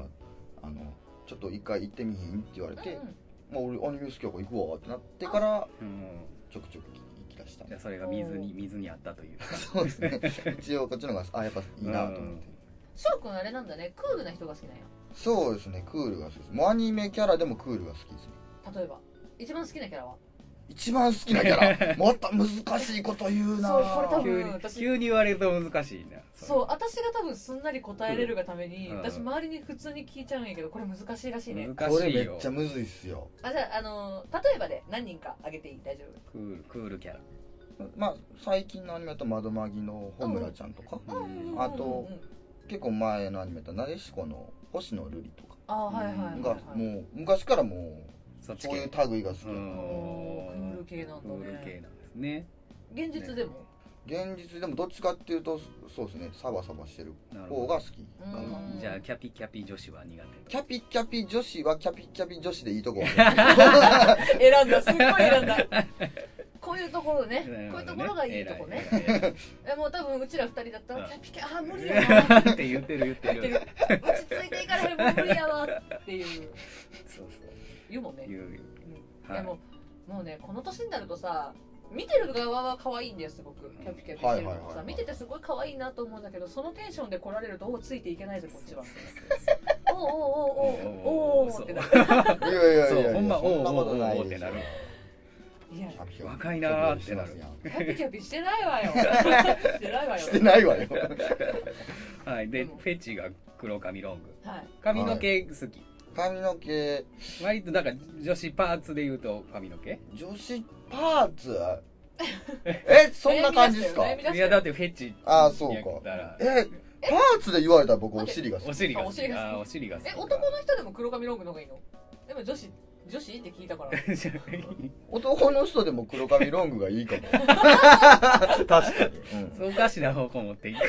[SPEAKER 3] あのちょっと一回行ってみひんって言われて、まあ、俺アニメ好きやから行くわってなってから
[SPEAKER 2] うん
[SPEAKER 3] ちょくちょく行きだ した
[SPEAKER 2] じゃあそれが水に水にあったというか。
[SPEAKER 3] そうですね一応こっちの方があやっぱいいなと思って、
[SPEAKER 1] 翔くんあれなんだねクールな人が好きなんや
[SPEAKER 3] そうですねクールが好きですもうアニメキャラでもクールが好きですね
[SPEAKER 1] 例えば一番好きなキャラは
[SPEAKER 3] 一番好きなキャ ラもっと難しいこと言うな
[SPEAKER 1] そうこれ多分
[SPEAKER 2] 急に
[SPEAKER 1] 私
[SPEAKER 2] 急に言われると難しいな。
[SPEAKER 1] そう私が多分すんなり答えれるがために、
[SPEAKER 2] うん
[SPEAKER 1] 私周りに普通に聞いちゃうんやけどこれ難しいらしいね、
[SPEAKER 2] 難
[SPEAKER 3] こ
[SPEAKER 2] し
[SPEAKER 3] れ
[SPEAKER 2] い
[SPEAKER 3] め
[SPEAKER 2] よ
[SPEAKER 3] っち。ゃむずいっすよ
[SPEAKER 1] あじゃああの例えばで何人かあげていい大丈夫
[SPEAKER 2] クールクールキャラ。
[SPEAKER 3] まあ最近のアニメだと「窓マギ」の穂村ちゃんとか、
[SPEAKER 2] うん
[SPEAKER 3] あと結構前のアニメだと「なでしこ」の星野瑠璃とか
[SPEAKER 1] あはいはいはい、はい、
[SPEAKER 3] がもう昔からも
[SPEAKER 2] そっ
[SPEAKER 3] う
[SPEAKER 2] ち
[SPEAKER 3] そういう
[SPEAKER 2] 系。
[SPEAKER 3] 類が好き、
[SPEAKER 2] うん
[SPEAKER 1] おークール系なん
[SPEAKER 2] ク
[SPEAKER 1] だ
[SPEAKER 2] ール
[SPEAKER 1] ね
[SPEAKER 2] 系なんですね。
[SPEAKER 1] 現実でも、
[SPEAKER 3] 現実でもどっちかっていうとそうですねサバサバしてる
[SPEAKER 2] なる
[SPEAKER 3] 方
[SPEAKER 2] ほど
[SPEAKER 3] が好。きかな
[SPEAKER 1] うん
[SPEAKER 2] じゃあキャピキャピ女子は苦手。
[SPEAKER 3] キャピキャピ女子はキャピキャピ女子でいいとこ は
[SPEAKER 1] 選んだすっごい選んだこういうところねこういうところがいいとこね。えもう多分うちら二人だったら
[SPEAKER 2] うん
[SPEAKER 1] キャピキャあー無理やな
[SPEAKER 2] 偉いって言ってる言って
[SPEAKER 1] 言ってる
[SPEAKER 2] る。
[SPEAKER 1] 落ち着いていかれへんもう無理やわっていう
[SPEAKER 2] そうそ
[SPEAKER 1] 言うもん
[SPEAKER 2] う。
[SPEAKER 1] ね
[SPEAKER 2] 言う。
[SPEAKER 1] うん
[SPEAKER 2] は
[SPEAKER 1] で
[SPEAKER 2] い
[SPEAKER 1] ももうねこの年になるとさ見てる側は可愛いんだよすごくキャピキャピしてるの
[SPEAKER 3] はい
[SPEAKER 1] も
[SPEAKER 3] はいはい
[SPEAKER 1] さ
[SPEAKER 3] はい
[SPEAKER 1] 見ててすごい可愛いなと思うんだけどそのテンションで来られるとおうついていけないぞこっちはおうおうおうおうおうおうおうってなる
[SPEAKER 3] いやいやい
[SPEAKER 2] そ
[SPEAKER 3] やいうや
[SPEAKER 2] ほんま
[SPEAKER 3] そなことない
[SPEAKER 2] おうおうおうおうってなる
[SPEAKER 1] いや
[SPEAKER 3] キャピキャピ
[SPEAKER 2] 若いなーってなる
[SPEAKER 3] キャピキャピしてますやん
[SPEAKER 1] キャピキャピしてない わよしてないわよ
[SPEAKER 3] してないわよ
[SPEAKER 2] はい。で、
[SPEAKER 1] でも
[SPEAKER 2] フェチが黒髪ロング。
[SPEAKER 1] はい
[SPEAKER 2] 髪の毛好き。
[SPEAKER 3] 髪の毛
[SPEAKER 2] 割と、なんか女子パーツで言うと髪の毛
[SPEAKER 3] 女子パーツえそんな感じですか
[SPEAKER 1] 悩み出したよ悩み出したよ
[SPEAKER 2] いや、だってフェチ。
[SPEAKER 3] あーそうか
[SPEAKER 2] やったら
[SPEAKER 3] えパーツで言われたら僕お尻が好
[SPEAKER 2] お
[SPEAKER 3] き
[SPEAKER 2] 尻が
[SPEAKER 1] あ
[SPEAKER 2] 好
[SPEAKER 1] お
[SPEAKER 2] き。
[SPEAKER 1] 尻が好き
[SPEAKER 2] あーお尻が好き。
[SPEAKER 1] え男の人でも黒髪ロングの方がいいのでも女子女子って聞いた から
[SPEAKER 3] 男の人でも黒髪ロングがいいかも確かに、う ん
[SPEAKER 2] そうおかしな方向持っていく。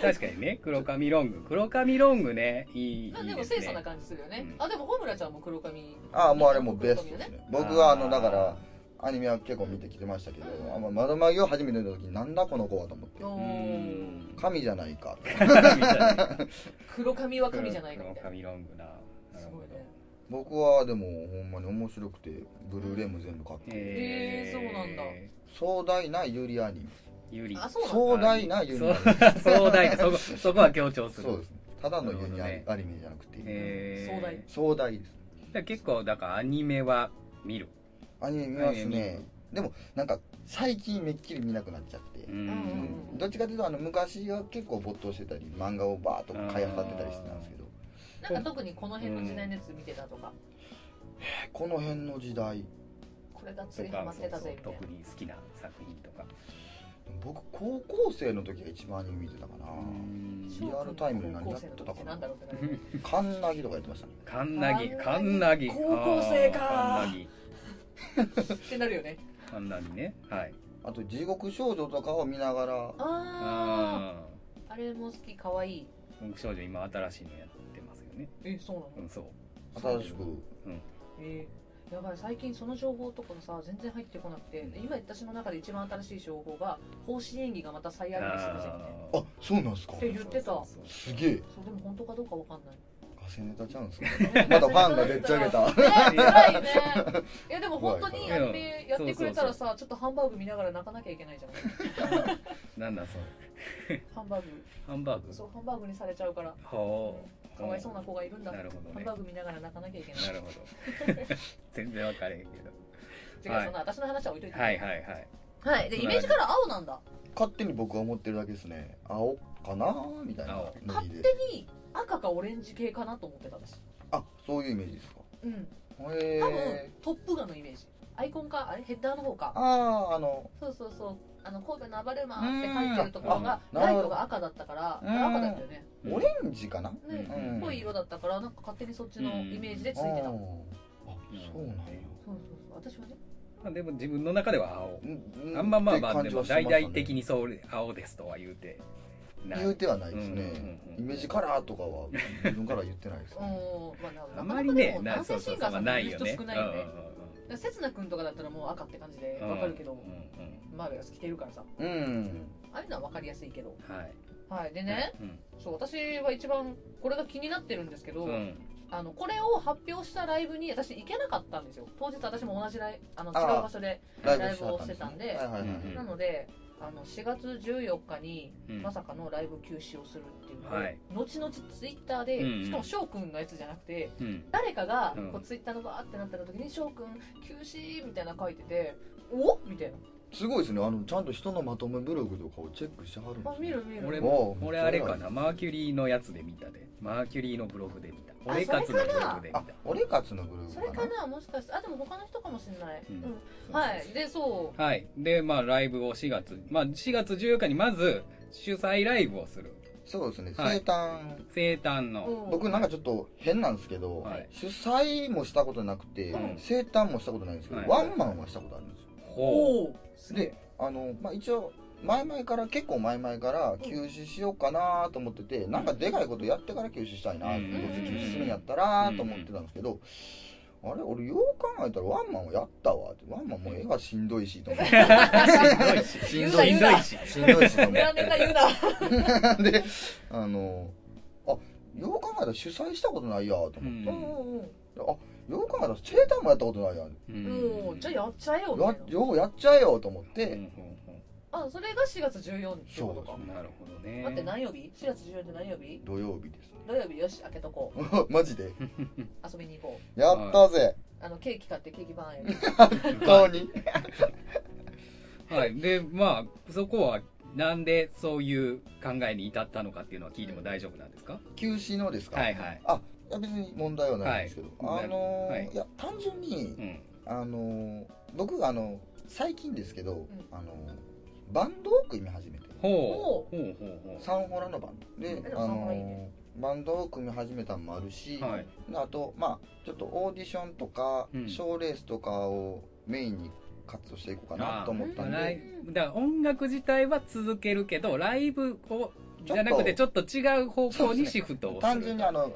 [SPEAKER 2] 確かにね、黒髪ロング。黒髪ロングね、いい、いい
[SPEAKER 1] まあでも
[SPEAKER 2] です
[SPEAKER 1] 清
[SPEAKER 2] ね。
[SPEAKER 1] 楚な感じするよね、
[SPEAKER 2] うん
[SPEAKER 1] あでもホムラちゃんも黒髪
[SPEAKER 3] ああもうあれもうベストですね僕はあ
[SPEAKER 2] あ
[SPEAKER 3] の
[SPEAKER 2] ー
[SPEAKER 3] だからアニメは結構見てきてましたけど
[SPEAKER 1] うん
[SPEAKER 3] あまあ窓マギを初めて見た時なんだこの子はと思って
[SPEAKER 1] おー
[SPEAKER 2] うん。
[SPEAKER 3] 神じゃないか
[SPEAKER 2] みたいな
[SPEAKER 1] 黒髪は神じゃないかみたいな
[SPEAKER 2] 髪ロングな。なる
[SPEAKER 1] すご
[SPEAKER 2] ほ
[SPEAKER 1] いね
[SPEAKER 2] ど。
[SPEAKER 3] 僕はでもほんまに面白くてブルーレイも全部買って
[SPEAKER 1] えーそうなんだ
[SPEAKER 3] 壮大なユリアニ
[SPEAKER 2] ユリ
[SPEAKER 1] あそうなんだ
[SPEAKER 3] 壮大なユリアニ
[SPEAKER 2] そう 壮大そこそこは強調する
[SPEAKER 3] そうですねただのユリ
[SPEAKER 2] な
[SPEAKER 3] ア
[SPEAKER 2] る
[SPEAKER 3] ニ
[SPEAKER 2] ほ
[SPEAKER 3] アニメじゃなくて
[SPEAKER 2] えー
[SPEAKER 1] 壮大
[SPEAKER 3] 壮大です
[SPEAKER 2] じゃあ結構だからアニメは見る
[SPEAKER 3] アニメ見ます
[SPEAKER 2] アニメ
[SPEAKER 3] ねでもなんか最近めっきり見なくなっちゃって
[SPEAKER 2] う
[SPEAKER 1] うんん
[SPEAKER 3] どっちかというとあの昔は結構没頭してたり漫画をバーッと買い漁ってたりしてたんですけど
[SPEAKER 1] なんか特にこの辺の時代のやつ見てたとか、
[SPEAKER 3] この辺の時代
[SPEAKER 1] これがつ
[SPEAKER 2] と
[SPEAKER 1] いにハマ
[SPEAKER 2] か
[SPEAKER 1] っ
[SPEAKER 2] そ
[SPEAKER 1] て
[SPEAKER 2] う
[SPEAKER 1] た
[SPEAKER 2] そう
[SPEAKER 1] ぜみたいな
[SPEAKER 2] 特に好きな作品とか
[SPEAKER 3] 僕高校生の時が一番アニメ見てたかな
[SPEAKER 1] 翔くん
[SPEAKER 3] リアルタイムで何やってたか
[SPEAKER 1] 高
[SPEAKER 3] な
[SPEAKER 1] 校生の時なんだろうってなる
[SPEAKER 3] カンナギとかやってましたね
[SPEAKER 2] カンナギカ
[SPEAKER 1] カ
[SPEAKER 2] ン
[SPEAKER 1] ン
[SPEAKER 2] ナ
[SPEAKER 1] ナ
[SPEAKER 2] ギ
[SPEAKER 1] ギ高校生か
[SPEAKER 2] あーカンナギ
[SPEAKER 1] ってなるよね
[SPEAKER 2] カンナギねはい
[SPEAKER 3] あと地獄少女とかを見ながら
[SPEAKER 1] あ
[SPEAKER 2] あ
[SPEAKER 1] ああれも好きかわいい
[SPEAKER 2] あ僕少女今新しいのやってますよね
[SPEAKER 1] えそうなの、
[SPEAKER 2] うんそう
[SPEAKER 3] 新しく
[SPEAKER 1] えーやばい最近その情報とかもさ全然入ってこなくて、今私の中で一番新しい情報が方針演技がまた再アニメするぜみたいな
[SPEAKER 3] あそうなんですか
[SPEAKER 1] え言ってた
[SPEAKER 2] そうそうそう
[SPEAKER 3] すげえ
[SPEAKER 1] そうでも本当かどうかわかんない
[SPEAKER 3] ガセネタちゃうんですかまだファンがでっち上げ た
[SPEAKER 1] ね辛 いねいやでも本当にアニメやってくれたらさちょっとハンバーグ見ながら泣かなきゃいけないじゃ ん
[SPEAKER 2] なんだその
[SPEAKER 1] ハンバーグ
[SPEAKER 2] ハンバーグ
[SPEAKER 1] そうハンバーグにされちゃうから
[SPEAKER 2] ほう
[SPEAKER 1] かわいそうな子がいるんだ
[SPEAKER 2] なるほどね
[SPEAKER 1] ハンバーグ見ながら泣かなきゃいけない
[SPEAKER 2] なるほど 全然わかれへんけど
[SPEAKER 1] 違う、
[SPEAKER 2] はい
[SPEAKER 1] そんな私の話は置いといて
[SPEAKER 2] はいはいはい
[SPEAKER 1] はいでイメージカラー青なんだ
[SPEAKER 3] 勝手に僕は思ってるだけですね青かなみたいな
[SPEAKER 2] 青
[SPEAKER 3] ノリで
[SPEAKER 1] に赤かオレンジ系かなと思ってた私
[SPEAKER 3] あそういうイメージですか
[SPEAKER 1] うん
[SPEAKER 3] へ
[SPEAKER 1] 多分、
[SPEAKER 3] え
[SPEAKER 1] トップガンのイメージアイコンかあれヘッダーの方か
[SPEAKER 3] あああの
[SPEAKER 1] そうそうそうあの神戸の暴れ馬って書いてるところが
[SPEAKER 3] うんあ
[SPEAKER 1] ラ
[SPEAKER 3] なる
[SPEAKER 1] イ
[SPEAKER 3] ほ
[SPEAKER 1] ト
[SPEAKER 3] ど
[SPEAKER 1] が赤だったから
[SPEAKER 3] うん
[SPEAKER 1] 赤だったよね
[SPEAKER 2] うん
[SPEAKER 3] オレンジかな
[SPEAKER 1] ね
[SPEAKER 2] うん
[SPEAKER 3] うん
[SPEAKER 1] 濃い色だったからなんか勝手にそっちのイメージでついてた
[SPEAKER 3] あ
[SPEAKER 1] そう
[SPEAKER 3] ーあそうなんや
[SPEAKER 1] そうそう私はね
[SPEAKER 2] まあでも自分の中では青
[SPEAKER 3] う
[SPEAKER 2] あんままあまあ
[SPEAKER 3] って
[SPEAKER 2] で
[SPEAKER 3] 感じは
[SPEAKER 2] も
[SPEAKER 3] しました
[SPEAKER 2] 大
[SPEAKER 3] ね
[SPEAKER 2] 々的にそう青ですとは言うてない
[SPEAKER 3] 言うてはないですね、
[SPEAKER 2] うんうんうん
[SPEAKER 3] イメージカラーとかは自分から言ってないです
[SPEAKER 1] う
[SPEAKER 3] ね
[SPEAKER 1] んまあな
[SPEAKER 2] あ
[SPEAKER 1] なんか
[SPEAKER 2] ま
[SPEAKER 1] な
[SPEAKER 2] り
[SPEAKER 1] かで
[SPEAKER 2] ね
[SPEAKER 1] も
[SPEAKER 2] な
[SPEAKER 1] 男
[SPEAKER 2] そ
[SPEAKER 1] 性
[SPEAKER 2] う
[SPEAKER 1] シ
[SPEAKER 2] そ
[SPEAKER 1] ン
[SPEAKER 2] うそ
[SPEAKER 1] ガーさ
[SPEAKER 2] うは
[SPEAKER 1] ん
[SPEAKER 2] な
[SPEAKER 1] の
[SPEAKER 2] い
[SPEAKER 1] い
[SPEAKER 2] よ
[SPEAKER 1] る
[SPEAKER 2] ね
[SPEAKER 1] 人少ないよね
[SPEAKER 2] う
[SPEAKER 1] だから刹那君とかだったらもう赤って感じで
[SPEAKER 2] んうんうん
[SPEAKER 1] わかるけど
[SPEAKER 2] うん
[SPEAKER 1] マーベラス着てるからさ
[SPEAKER 3] うん、
[SPEAKER 1] ああいうのはわかりやすいけど
[SPEAKER 2] うんはい
[SPEAKER 1] はいでね
[SPEAKER 2] うん
[SPEAKER 1] そう私は一番これが気になってるんですけど、
[SPEAKER 2] うん
[SPEAKER 1] あのこれを発表したライブに私行けなかったんですよ当日私も同じライあの違
[SPEAKER 3] あー
[SPEAKER 1] う場所で
[SPEAKER 3] ライ
[SPEAKER 1] ラ
[SPEAKER 3] ブ
[SPEAKER 1] イブをして
[SPEAKER 3] して
[SPEAKER 1] た
[SPEAKER 3] た
[SPEAKER 1] ん
[SPEAKER 3] ん
[SPEAKER 1] で
[SPEAKER 3] ですねはいはいはい
[SPEAKER 2] うん
[SPEAKER 1] なのであの4月14日に
[SPEAKER 2] うん
[SPEAKER 1] まさかのライブ休止をするっていうのを、
[SPEAKER 2] はい
[SPEAKER 1] 後々ツイッターで、
[SPEAKER 2] うんうん
[SPEAKER 1] しかも翔くんのやつじゃなくて
[SPEAKER 2] うん
[SPEAKER 1] 誰かが
[SPEAKER 2] うん
[SPEAKER 1] こうツイッターのバーってなってた時に翔くん休止みたいなの書いてておみたいな
[SPEAKER 3] すごいですねあのちゃんと人のまとめブログとかをチェックしてはるんで
[SPEAKER 1] あ
[SPEAKER 3] すね
[SPEAKER 1] 見る見る
[SPEAKER 2] 俺
[SPEAKER 3] わ
[SPEAKER 2] も
[SPEAKER 3] あ
[SPEAKER 2] 俺あれか
[SPEAKER 3] めっちゃ
[SPEAKER 2] なマーキュリーのやつで見たでマーキュリーのブログで見た俺
[SPEAKER 1] それかな
[SPEAKER 2] かつのブログで見た
[SPEAKER 3] あ俺かつのブログ
[SPEAKER 1] そ
[SPEAKER 3] か
[SPEAKER 1] れ
[SPEAKER 3] な
[SPEAKER 1] かなもしかしてあでも他の人かもしれない、
[SPEAKER 2] うん
[SPEAKER 1] うんはいでそう
[SPEAKER 2] はいでまあライブを4月まあ4月14日にまず主催ライブをする
[SPEAKER 3] そうですね生
[SPEAKER 2] はい
[SPEAKER 3] 誕、
[SPEAKER 2] 生誕の
[SPEAKER 1] うん
[SPEAKER 3] 僕なんかちょっと変なんですけど、
[SPEAKER 2] はい
[SPEAKER 3] 主催もしたことなくて、
[SPEAKER 1] うん
[SPEAKER 3] 生誕もしたことないんですけど、
[SPEAKER 2] はい
[SPEAKER 3] ワンマンはしたことあるんですよ
[SPEAKER 2] ほ
[SPEAKER 1] おお
[SPEAKER 2] う
[SPEAKER 3] であの、まあ、一応前々から結構前々から休止しようかなと思ってて、なんかでかいことやってから休止したいなどう
[SPEAKER 2] う
[SPEAKER 3] せ
[SPEAKER 2] ん
[SPEAKER 3] 休止するんやったらと思ってたんですけど、あれ俺よう考えたらワンマンはやったわってワンマンもう絵がしんどいしと思って
[SPEAKER 2] しんどいししんどいし
[SPEAKER 3] しんどいしと思っ
[SPEAKER 1] 裏ネタ言うな
[SPEAKER 3] てであのあよう考えたら主催したことないやと思って、
[SPEAKER 2] う
[SPEAKER 1] うん
[SPEAKER 2] ん
[SPEAKER 1] うんうん
[SPEAKER 3] よう考えたら生誕もやったことないやん
[SPEAKER 1] もうじゃあやっちゃえよみた
[SPEAKER 3] や
[SPEAKER 1] いな
[SPEAKER 3] ようやっちゃえよと思っ
[SPEAKER 2] う
[SPEAKER 3] て、
[SPEAKER 2] んう
[SPEAKER 1] あそれが4月14日ってことか
[SPEAKER 2] んうんなるほどね
[SPEAKER 1] 待って何曜日 ?4 月14日って何曜日
[SPEAKER 3] 土曜日ですね
[SPEAKER 1] 土曜日よし開けとこう
[SPEAKER 3] マジで
[SPEAKER 1] 遊びに行こう
[SPEAKER 3] やったぜ、
[SPEAKER 1] あのケーキ買ってケーキバーンやる
[SPEAKER 3] 顔に
[SPEAKER 2] はい。で、まあ、そこは、なんでそういう考えに至ったのかっていうのは聞いても大丈夫なんですか、
[SPEAKER 3] 休止のですか、
[SPEAKER 2] はいはい。
[SPEAKER 3] いや別に問題はないんですけど、
[SPEAKER 2] はい
[SPEAKER 3] あのー
[SPEAKER 2] はい
[SPEAKER 3] い、や単純に
[SPEAKER 2] う、ん。
[SPEAKER 3] あのー僕があの最近ですけど、あのーバンドを組み始めて
[SPEAKER 2] ほう。ほうほうほう。
[SPEAKER 3] サンホラのバンドで、
[SPEAKER 2] うん
[SPEAKER 1] でも
[SPEAKER 3] あ
[SPEAKER 1] サンホ
[SPEAKER 3] の
[SPEAKER 1] ラいい
[SPEAKER 3] ーバンドを組み始めたのもあるし、
[SPEAKER 2] はい。
[SPEAKER 3] であとまあちょっとオーディションとか
[SPEAKER 2] うん
[SPEAKER 3] 賞、ーレースとかをメインに活動していこうかなと思ったん
[SPEAKER 1] あー
[SPEAKER 2] ラ
[SPEAKER 3] で
[SPEAKER 2] イブだから音楽自体は続けるけど、ライブを、
[SPEAKER 3] ち
[SPEAKER 2] じ
[SPEAKER 3] ょっと
[SPEAKER 2] ゃなくてちょっと違う方向にシフトをする。
[SPEAKER 3] 単純にあの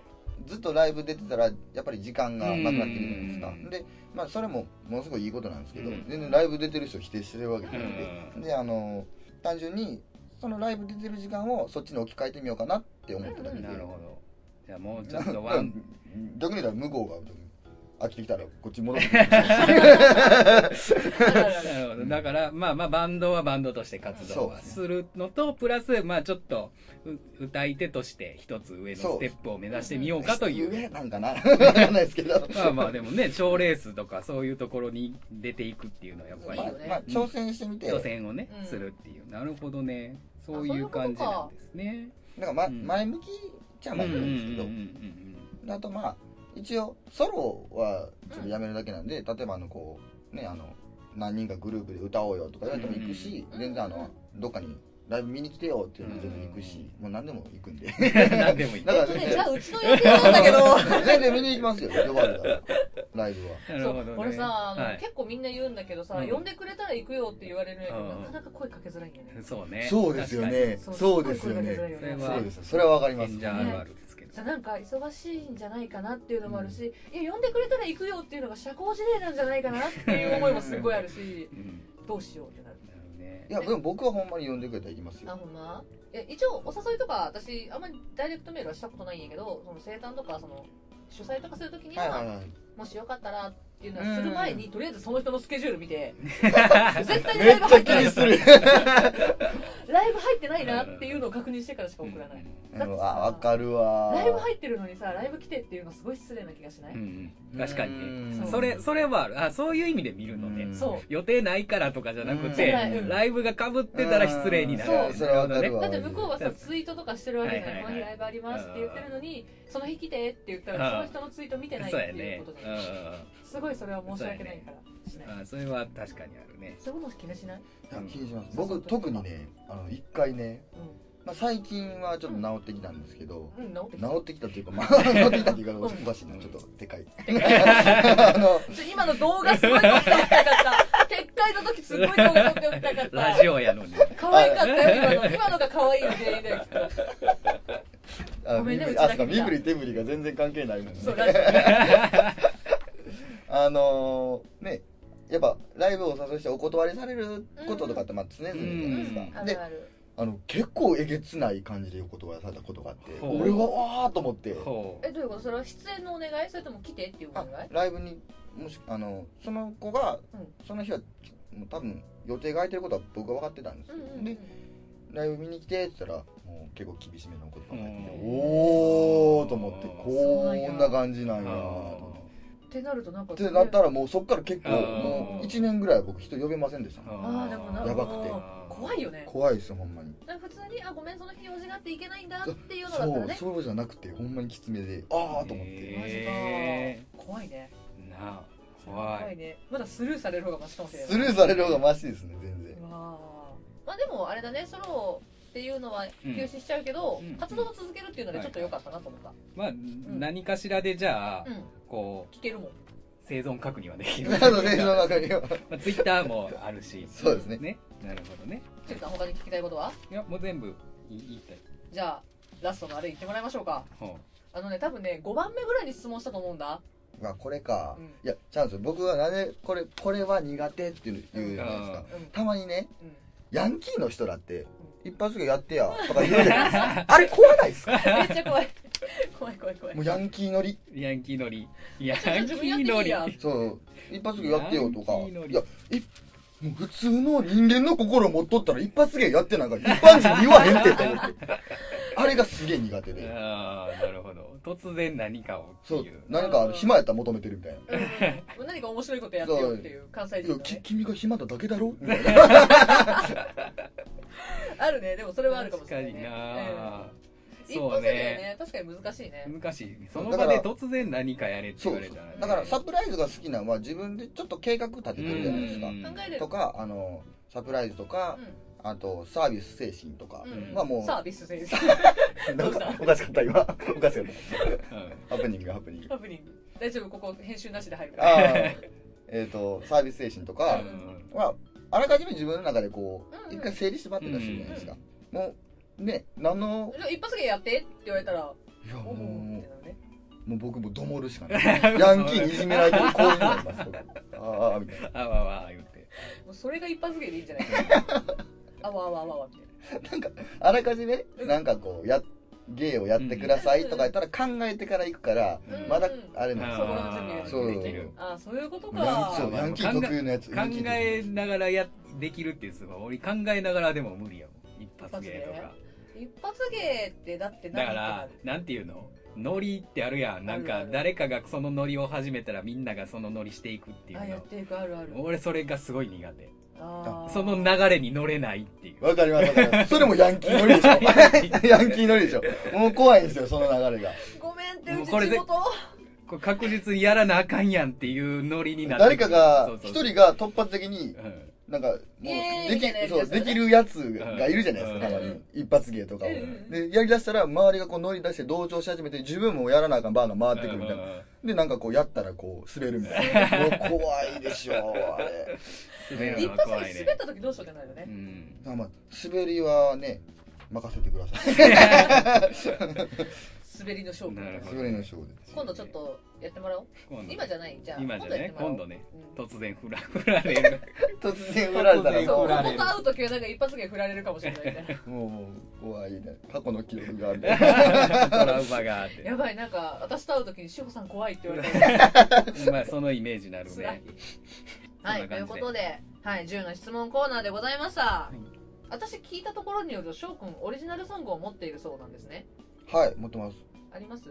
[SPEAKER 3] ずっとライブ出てたらやっぱり時間がなくなってくるじゃないです
[SPEAKER 2] う
[SPEAKER 3] か
[SPEAKER 2] ん
[SPEAKER 3] で、まあ、それもものすごいいいことなんですけど、
[SPEAKER 2] うん
[SPEAKER 3] 全然ライブ出てる人を否定してるわけじゃなくて、
[SPEAKER 2] うん
[SPEAKER 3] であの単純にそのライブ出てる時間をそっちに置き換えてみようかなって思っただけで、
[SPEAKER 2] なるほど。じゃあもうちょっとワン、
[SPEAKER 3] 逆に言ったら無効が飽きてきたらこっち戻ってくる
[SPEAKER 1] だから
[SPEAKER 2] なるほどだから、まあまあバンドはバンドとして活動はするのと、プラスまあちょっとう歌い手として一つ上のステップを目指してみようか という
[SPEAKER 3] 上なんかなわかんないですけど
[SPEAKER 2] まあまあでもね賞レースとかそういうところに出ていくっていうのはやっぱり
[SPEAKER 3] まあまあ挑戦してみて
[SPEAKER 2] 挑戦をね、
[SPEAKER 1] うん
[SPEAKER 2] するっていうなるほどねそういう感じなんですね
[SPEAKER 3] なんか、ま
[SPEAKER 2] うん
[SPEAKER 3] 前向きじゃ
[SPEAKER 2] うんう
[SPEAKER 3] 前
[SPEAKER 2] ん
[SPEAKER 3] 向
[SPEAKER 2] うんう
[SPEAKER 3] きなんですけど、
[SPEAKER 2] ん
[SPEAKER 3] あとまあ一応ソロはちょっとやめるだけなんで、例えばあのこうねあの何人かグループで歌おうよとか言われても行くし、
[SPEAKER 1] うん
[SPEAKER 3] 全然あのどっかにライブ見に来てよっていうのも全然行くし、もう何でも行くんで
[SPEAKER 2] うん何でもいい
[SPEAKER 3] だ
[SPEAKER 2] な
[SPEAKER 3] か
[SPEAKER 1] え
[SPEAKER 3] ら
[SPEAKER 1] っとね
[SPEAKER 3] 全
[SPEAKER 1] じゃ
[SPEAKER 3] 然
[SPEAKER 1] あうちの予定なんだけど
[SPEAKER 3] 全然見に行きますよ呼ばれたらライブは
[SPEAKER 2] る
[SPEAKER 1] そ
[SPEAKER 2] ほ
[SPEAKER 1] う
[SPEAKER 2] どね
[SPEAKER 1] 俺さ、あの
[SPEAKER 2] はい
[SPEAKER 1] 結構みんな言うんだけどさ、
[SPEAKER 2] うん
[SPEAKER 1] 呼んでくれたら行くよって言われるんやけど、
[SPEAKER 2] うん
[SPEAKER 1] なかなか声かけづらいんだよね
[SPEAKER 2] そうね
[SPEAKER 3] そうですよねそうです
[SPEAKER 1] す
[SPEAKER 3] よ
[SPEAKER 1] っごい声かけづらい
[SPEAKER 3] ね
[SPEAKER 1] よね
[SPEAKER 2] それは
[SPEAKER 3] そうですよそれはわかり
[SPEAKER 2] 確
[SPEAKER 3] ま
[SPEAKER 2] かに
[SPEAKER 3] す
[SPEAKER 2] 演者あるあるですけど
[SPEAKER 1] じゃあなんか忙しいんじゃないかなっていうのもあるし、いや呼んでくれたら行くよっていうのが社交辞令なんじゃないかなっていう思いもすごいあるし
[SPEAKER 2] うん
[SPEAKER 1] どうしようってなる
[SPEAKER 2] なるほどね
[SPEAKER 3] いやでも僕はほんまに呼んでくれたら行きます
[SPEAKER 1] あ
[SPEAKER 3] よ
[SPEAKER 1] ほんまいや一応お誘いとか私あんまりダイレクトメールはしたことないんやけどその生誕とかその主催とかするときには、
[SPEAKER 3] はいはいはい
[SPEAKER 1] もしよかったらっていうのはする前にとりあえずその人のスケジュール見て絶対に
[SPEAKER 3] め
[SPEAKER 1] ラ
[SPEAKER 3] っ
[SPEAKER 1] イブ
[SPEAKER 3] ち
[SPEAKER 1] 入っ
[SPEAKER 3] ゃ気
[SPEAKER 1] てない
[SPEAKER 3] にする
[SPEAKER 1] ライブ入ってないなっていうのを確認してからしか送らない、
[SPEAKER 3] うんあわかるわ
[SPEAKER 1] ライブ入ってるのにさライブ来てっていうのはすごい失礼な気がしない、
[SPEAKER 2] うんうん確かにね
[SPEAKER 1] うん
[SPEAKER 2] それそれはあるあそういう意味で見るのね
[SPEAKER 3] うん
[SPEAKER 1] そ
[SPEAKER 2] 予定ないからとかじゃなく
[SPEAKER 1] じ
[SPEAKER 2] て
[SPEAKER 1] ゃないうん
[SPEAKER 2] ライブが被ってたら失礼になる
[SPEAKER 1] そう
[SPEAKER 3] それはわかる
[SPEAKER 1] う
[SPEAKER 3] わ
[SPEAKER 1] だって向こうはさ
[SPEAKER 2] うん
[SPEAKER 1] ツイートとかしてるわけじゃない,、
[SPEAKER 2] はいはいはい
[SPEAKER 1] この日ライブありますって言ってるのにその日来てって言ったらその人のツイート見てないっ
[SPEAKER 2] そう
[SPEAKER 1] て
[SPEAKER 2] や
[SPEAKER 1] い
[SPEAKER 2] ね
[SPEAKER 1] うことじ
[SPEAKER 2] う
[SPEAKER 1] ゃ
[SPEAKER 2] ん
[SPEAKER 1] な
[SPEAKER 2] う
[SPEAKER 1] い、
[SPEAKER 2] んうん
[SPEAKER 1] すごいそれは申し訳ないからしない、
[SPEAKER 2] あそれは確かにあるね
[SPEAKER 1] そういうこと気にしない、
[SPEAKER 3] いや気にします僕特にねあの一回ね、まあ、最近はちょっと治ってきたんですけど、
[SPEAKER 1] うん、うん、治ってきた
[SPEAKER 3] 治ってきたっていうか、まあ、治ってきたっていうか、おかしいな、ちょっと、でかい。 あの、
[SPEAKER 1] ちょ今の動画すごい撮っておきたかった撤回の時すごい動画撮っておきたかった
[SPEAKER 2] ラジオやのに
[SPEAKER 1] 可愛かったよ今の今のが可愛いよ全員だよきっと
[SPEAKER 3] あ、
[SPEAKER 1] ごめんねうち
[SPEAKER 3] 身振り
[SPEAKER 1] だ
[SPEAKER 3] あ、
[SPEAKER 1] け
[SPEAKER 3] そうか、身振り手振りが全然関係ないもんね。あのー、ね、やっぱ、ライブをお誘いしてお断りされることとかって、まあ、常々じゃないです
[SPEAKER 2] うん
[SPEAKER 1] あ
[SPEAKER 3] か。で
[SPEAKER 1] る、ある
[SPEAKER 3] あの、結構えげつない感じでお断りされたことがあって、
[SPEAKER 2] ほう
[SPEAKER 3] 俺は、わーと思って、
[SPEAKER 2] ほう
[SPEAKER 1] えどういうことそれは出演のお願いそれとも来てっていうお
[SPEAKER 3] あ
[SPEAKER 1] 願い
[SPEAKER 3] ライブにもしあのその子が、
[SPEAKER 1] うん
[SPEAKER 3] その日はもう多分予定が空いてることは僕は分かってたんです
[SPEAKER 1] う
[SPEAKER 3] よ、
[SPEAKER 1] んうんうん
[SPEAKER 3] でライブ見に来てって言ったらもう結構厳しめのことばっかりで
[SPEAKER 2] うん
[SPEAKER 3] おおと思って
[SPEAKER 1] そうなんや
[SPEAKER 3] こんな感じなんやと思
[SPEAKER 2] あ
[SPEAKER 1] ってなるとなんか
[SPEAKER 3] ってってなったらもうそっから結構
[SPEAKER 2] うん
[SPEAKER 3] もう1年ぐらいは僕人呼べませんでした
[SPEAKER 2] ー
[SPEAKER 1] あーでもな
[SPEAKER 3] やばくて
[SPEAKER 1] もう怖いよね
[SPEAKER 3] 怖いですよほんまに
[SPEAKER 1] なんか普通にあごめんその日用事があって行けないんだっていうのだ
[SPEAKER 3] そ
[SPEAKER 1] ったら
[SPEAKER 3] う
[SPEAKER 1] ね
[SPEAKER 3] そうじゃなくてほんまにきつめでああと思っ
[SPEAKER 2] へ
[SPEAKER 3] て
[SPEAKER 2] ー
[SPEAKER 1] マジ
[SPEAKER 2] え
[SPEAKER 1] か怖いね
[SPEAKER 2] なあ
[SPEAKER 1] 怖
[SPEAKER 2] 怖
[SPEAKER 1] い
[SPEAKER 2] い
[SPEAKER 1] ねまだスルーされる方がマシかもしれない
[SPEAKER 3] スルーされる方がマシですね全然
[SPEAKER 1] うわーまあでもあれだねソロっていうのは休止しちゃうけど、
[SPEAKER 2] うん
[SPEAKER 1] 活動を続けるっていうのでちょっと良かったなと思った、
[SPEAKER 2] まあ何かしらでじゃあ
[SPEAKER 1] うん
[SPEAKER 2] こ
[SPEAKER 1] 聞けるもん
[SPEAKER 2] う生存確認はできる
[SPEAKER 3] な のでその中には
[SPEAKER 2] まあ、ツイッターもあるし
[SPEAKER 3] そうですね
[SPEAKER 2] ねなるほどね
[SPEAKER 1] ちゅうか他に聞きたいことはい
[SPEAKER 2] やもう全部いいいたい
[SPEAKER 1] じゃあラストのあれ言ってもらいましょうか
[SPEAKER 2] ほ
[SPEAKER 1] あのね多分ね5番目ぐらいに質問したと思うんだ
[SPEAKER 3] まあこれか、
[SPEAKER 1] うん
[SPEAKER 3] いやチャンス僕はなんでこれこれは苦手っていう言うじゃないですか、
[SPEAKER 1] うん
[SPEAKER 3] たまにね
[SPEAKER 1] うん
[SPEAKER 3] ヤンキーの人だって一発芸やってやとか言うじゃないですか あれ怖な いですか
[SPEAKER 1] めっちゃ怖い 怖い怖い怖い
[SPEAKER 3] もうヤンキー乗り
[SPEAKER 2] うヤンキー乗りヤンキ
[SPEAKER 1] 自分やって
[SPEAKER 2] ー
[SPEAKER 1] い
[SPEAKER 2] 乗
[SPEAKER 1] い
[SPEAKER 2] り
[SPEAKER 1] や
[SPEAKER 3] そう一発芸やってよとか
[SPEAKER 2] ヤンキー乗り
[SPEAKER 3] いやいもう普通の人間の心を持っとったら一発芸やってなんか一般人言わへんってと思って あれがすげえ苦手で
[SPEAKER 2] ああなるほど突然何かをって
[SPEAKER 3] そう
[SPEAKER 2] いう
[SPEAKER 3] 何かあの暇やったら求めてるみたいな
[SPEAKER 1] うん、何か面白いことやってよっていう関西
[SPEAKER 3] い
[SPEAKER 1] 人
[SPEAKER 3] や
[SPEAKER 1] の
[SPEAKER 3] き
[SPEAKER 1] ね
[SPEAKER 3] 君が暇だだけだろみたいな
[SPEAKER 1] あるねでもそれはあるかも
[SPEAKER 2] 確
[SPEAKER 1] し
[SPEAKER 2] か
[SPEAKER 1] れない、
[SPEAKER 2] に
[SPEAKER 1] ね、
[SPEAKER 2] な、
[SPEAKER 1] うん一
[SPEAKER 2] そう
[SPEAKER 1] 発でね
[SPEAKER 2] ね
[SPEAKER 1] 確かに難しいね
[SPEAKER 2] 難しいそ
[SPEAKER 3] そう
[SPEAKER 2] の
[SPEAKER 3] だか
[SPEAKER 2] 場
[SPEAKER 3] ら
[SPEAKER 2] で突然何かやれって
[SPEAKER 3] そ
[SPEAKER 2] 言
[SPEAKER 3] う
[SPEAKER 2] われたら、ね、
[SPEAKER 3] だからサプライズが好きなのは自分でちょっと計画立ててるじゃないですか
[SPEAKER 2] うん
[SPEAKER 1] 考える
[SPEAKER 3] とかあのサプライズとか、あとサービス精神とか、
[SPEAKER 1] うん
[SPEAKER 3] まあもう
[SPEAKER 1] サービス精神
[SPEAKER 3] な
[SPEAKER 1] ど
[SPEAKER 3] ん
[SPEAKER 1] うし
[SPEAKER 3] かおかしかった今おかしかっ
[SPEAKER 2] うん
[SPEAKER 3] たハプニングハプ ニング
[SPEAKER 1] ハプニング大丈夫ここ編集なしで入るか
[SPEAKER 3] あ
[SPEAKER 1] ら
[SPEAKER 3] あえっとサービス精神とか
[SPEAKER 1] う、ん
[SPEAKER 3] まあ、あらかじめ自分の中でこ
[SPEAKER 1] うんう
[SPEAKER 3] うん一回整理してばって出してるじゃないですか、もうね何の
[SPEAKER 1] でも一発芸やってって言われたら
[SPEAKER 3] いや
[SPEAKER 1] おお
[SPEAKER 3] もう
[SPEAKER 1] ってなるね
[SPEAKER 3] もう僕もどもる しかないヤンキーにいじめられてるこうになります僕ああみたいな
[SPEAKER 2] あわわ言って
[SPEAKER 1] もうそれが一発芸でいいんじ ゃないかなあわあわあわあわみたいな
[SPEAKER 3] あらかじめなんかこうや芸をやってくださいとか言ったら考えてから行くから、
[SPEAKER 1] うん
[SPEAKER 3] まだあれなんですよ
[SPEAKER 2] あー
[SPEAKER 3] そう
[SPEAKER 2] できる
[SPEAKER 1] あそういうこと
[SPEAKER 3] ヤン
[SPEAKER 1] か
[SPEAKER 3] そうヤンキー特有のやつ
[SPEAKER 2] 考
[SPEAKER 3] ヤンキー特有
[SPEAKER 2] えながらやできるっていうのは俺考えながらでも無理やもん一発芸とか
[SPEAKER 1] 一発芸ってだって
[SPEAKER 2] だ
[SPEAKER 1] 何
[SPEAKER 2] か
[SPEAKER 1] って
[SPEAKER 2] ら
[SPEAKER 1] なる
[SPEAKER 2] なんていうのノリってあるやんな
[SPEAKER 1] あ
[SPEAKER 2] ん
[SPEAKER 1] る
[SPEAKER 2] か
[SPEAKER 1] ある
[SPEAKER 2] 誰かがそのノリを始めたらみんながそのノリしていくっていう
[SPEAKER 1] あやっていくあるある
[SPEAKER 2] の俺それがすごい苦手
[SPEAKER 1] あー
[SPEAKER 2] その流れに乗れないっていう
[SPEAKER 3] わかりますわかりますそれもヤンキーノリでしょヤンキーノリでしょもう怖いんですよその流れが
[SPEAKER 1] ごめんって
[SPEAKER 2] も
[SPEAKER 1] う
[SPEAKER 2] う
[SPEAKER 1] ち
[SPEAKER 2] これ
[SPEAKER 1] 仕
[SPEAKER 2] で
[SPEAKER 1] 事
[SPEAKER 2] これ確実にやらなあかんやんっていうノリになって
[SPEAKER 3] 誰
[SPEAKER 2] くる
[SPEAKER 3] かが
[SPEAKER 2] そうそう
[SPEAKER 3] 一
[SPEAKER 2] そう
[SPEAKER 3] 人が突発的に
[SPEAKER 2] うん
[SPEAKER 3] なんかもう
[SPEAKER 1] イエーイ
[SPEAKER 3] で
[SPEAKER 1] みたいなやつ
[SPEAKER 3] きそう
[SPEAKER 1] ですよ
[SPEAKER 3] で
[SPEAKER 1] ね
[SPEAKER 3] きるやつがいるじゃないですかた
[SPEAKER 2] うん
[SPEAKER 3] ま
[SPEAKER 1] う
[SPEAKER 3] に
[SPEAKER 1] ん
[SPEAKER 3] 一発芸とかを
[SPEAKER 1] うんうん
[SPEAKER 3] でやりだしたら周りがこう乗り出して同調し始めて自分もやらなあかんバーが回ってくるみたいなでなんかこうやったらこう滑るみたいなもう怖いでしょあれ
[SPEAKER 2] 滑る
[SPEAKER 1] 一
[SPEAKER 2] のは
[SPEAKER 1] 発
[SPEAKER 2] 怖い
[SPEAKER 1] 芸滑っ
[SPEAKER 2] ね
[SPEAKER 1] た時どうしようじゃないよね
[SPEAKER 2] うん
[SPEAKER 3] まあまあ滑りはね任せてください
[SPEAKER 1] 滑りの勝負
[SPEAKER 2] なるほど
[SPEAKER 3] 滑りの勝負で
[SPEAKER 1] 今度ちょっとやってもらおう
[SPEAKER 2] 今度
[SPEAKER 1] 今じゃないじゃあ
[SPEAKER 2] 今じゃね今度
[SPEAKER 1] ね
[SPEAKER 2] ね突然フラフラれる
[SPEAKER 3] 突然振られたら
[SPEAKER 1] そう
[SPEAKER 2] 振ら
[SPEAKER 1] 本当
[SPEAKER 2] れる
[SPEAKER 1] と会う時はなんか一発芸振られるかもしれないみたいな
[SPEAKER 3] もうもう怖いね過去の記憶がある
[SPEAKER 2] トラウマがあって
[SPEAKER 1] やばいなんか私と会う時に志保さん怖いって言われ たら
[SPEAKER 2] まあそのイメージになる
[SPEAKER 1] 辛い
[SPEAKER 2] ね
[SPEAKER 1] は
[SPEAKER 2] そ
[SPEAKER 1] い
[SPEAKER 2] ん
[SPEAKER 1] と
[SPEAKER 2] ない感
[SPEAKER 1] う
[SPEAKER 2] じで
[SPEAKER 1] ことではい10の質問コーナーでございました、
[SPEAKER 2] い
[SPEAKER 1] 私聞いたところによると翔くんオリジナルソングを持っているそうなんですね
[SPEAKER 3] はい持ってます
[SPEAKER 1] あり ます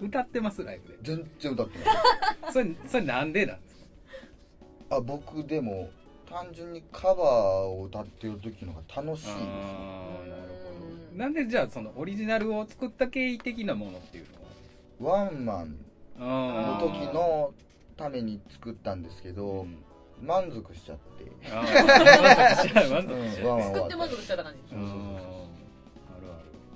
[SPEAKER 2] 歌ってますライブで
[SPEAKER 3] 全然歌ってない
[SPEAKER 2] それそれなんでなんですか
[SPEAKER 3] あ僕でも単純にカバーを歌ってる時の方が楽しいですね
[SPEAKER 2] あーなるほ
[SPEAKER 1] う
[SPEAKER 2] ど
[SPEAKER 1] ん
[SPEAKER 2] なんでじゃあそのオリジナルを作った経緯的なものっていう
[SPEAKER 3] ワンマン
[SPEAKER 2] のは
[SPEAKER 3] の
[SPEAKER 2] あー
[SPEAKER 3] 時のために作ったんですけど、
[SPEAKER 2] うん
[SPEAKER 3] 満足しちゃって、
[SPEAKER 2] あー満足しちゃう満足し
[SPEAKER 3] うん
[SPEAKER 2] ちゃう
[SPEAKER 3] ワンマン終
[SPEAKER 1] 作
[SPEAKER 3] わ
[SPEAKER 1] って満足したら何
[SPEAKER 3] そうそうそう
[SPEAKER 2] あるあ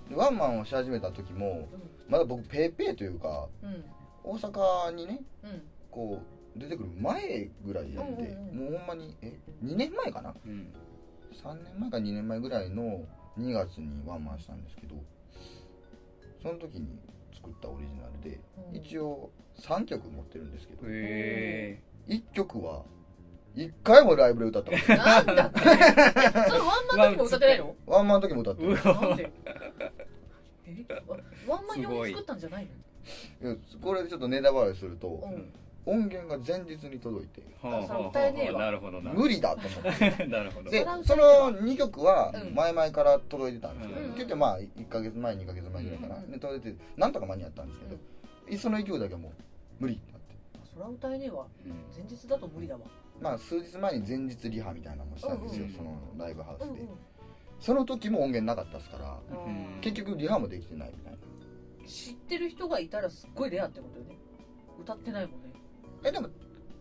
[SPEAKER 2] る
[SPEAKER 3] でワンマンをし始めた時もまだ僕ペーペーというか
[SPEAKER 1] うん
[SPEAKER 3] 大阪にね
[SPEAKER 1] うん
[SPEAKER 3] こう出てくる前ぐらいなんで、
[SPEAKER 1] うんうん
[SPEAKER 3] もうほんまにえ2年前かな
[SPEAKER 2] うん
[SPEAKER 3] 3年前か2年前ぐらいの2月にワンマンしたんですけどその時に作ったオリジナルで
[SPEAKER 1] うん
[SPEAKER 3] 一応3曲持ってるんですけど
[SPEAKER 2] へ
[SPEAKER 3] 1曲は1回もライブで歌ったこ と
[SPEAKER 1] な
[SPEAKER 3] ない
[SPEAKER 1] んだってそのワンマンの時も歌って ないの
[SPEAKER 3] ワンマンの時も歌って
[SPEAKER 2] ー
[SPEAKER 3] る
[SPEAKER 2] う
[SPEAKER 1] なん
[SPEAKER 2] わ
[SPEAKER 1] でえワンマン用に作ったんじゃないの
[SPEAKER 3] いやこれでちょっとネタバレする
[SPEAKER 1] う
[SPEAKER 3] と
[SPEAKER 1] ん
[SPEAKER 3] 音源が前日に届いて
[SPEAKER 2] はあはあ
[SPEAKER 1] それ
[SPEAKER 2] は
[SPEAKER 1] 歌えねえ
[SPEAKER 2] あ
[SPEAKER 1] わ
[SPEAKER 2] なるほどな
[SPEAKER 3] 無理だ と思って
[SPEAKER 2] なるほど
[SPEAKER 3] で
[SPEAKER 1] そら歌え
[SPEAKER 3] その2曲は
[SPEAKER 1] うん
[SPEAKER 3] 前々から届いてたんですけど、
[SPEAKER 2] うん
[SPEAKER 3] 結局まあ1ヶ月前2ヶ月前ぐらいかな、
[SPEAKER 1] うん
[SPEAKER 3] で届いてなんとか間に合ったんですけど、その勢いだけはもう無理ってなって
[SPEAKER 1] そら歌えねえわ
[SPEAKER 2] うん
[SPEAKER 1] 前日だと無理だわ
[SPEAKER 3] まあ数日前に前日リハみたいなのもしたんですよ、
[SPEAKER 2] うんうん
[SPEAKER 3] そのライブハウ
[SPEAKER 1] うん
[SPEAKER 3] ス
[SPEAKER 1] うん
[SPEAKER 3] で、その時も音源なかったですから
[SPEAKER 1] あー
[SPEAKER 3] 結局リハもできてないみたいな
[SPEAKER 1] 知ってる人がいたらすっごいレアってことよね歌ってないもんね
[SPEAKER 3] えでも、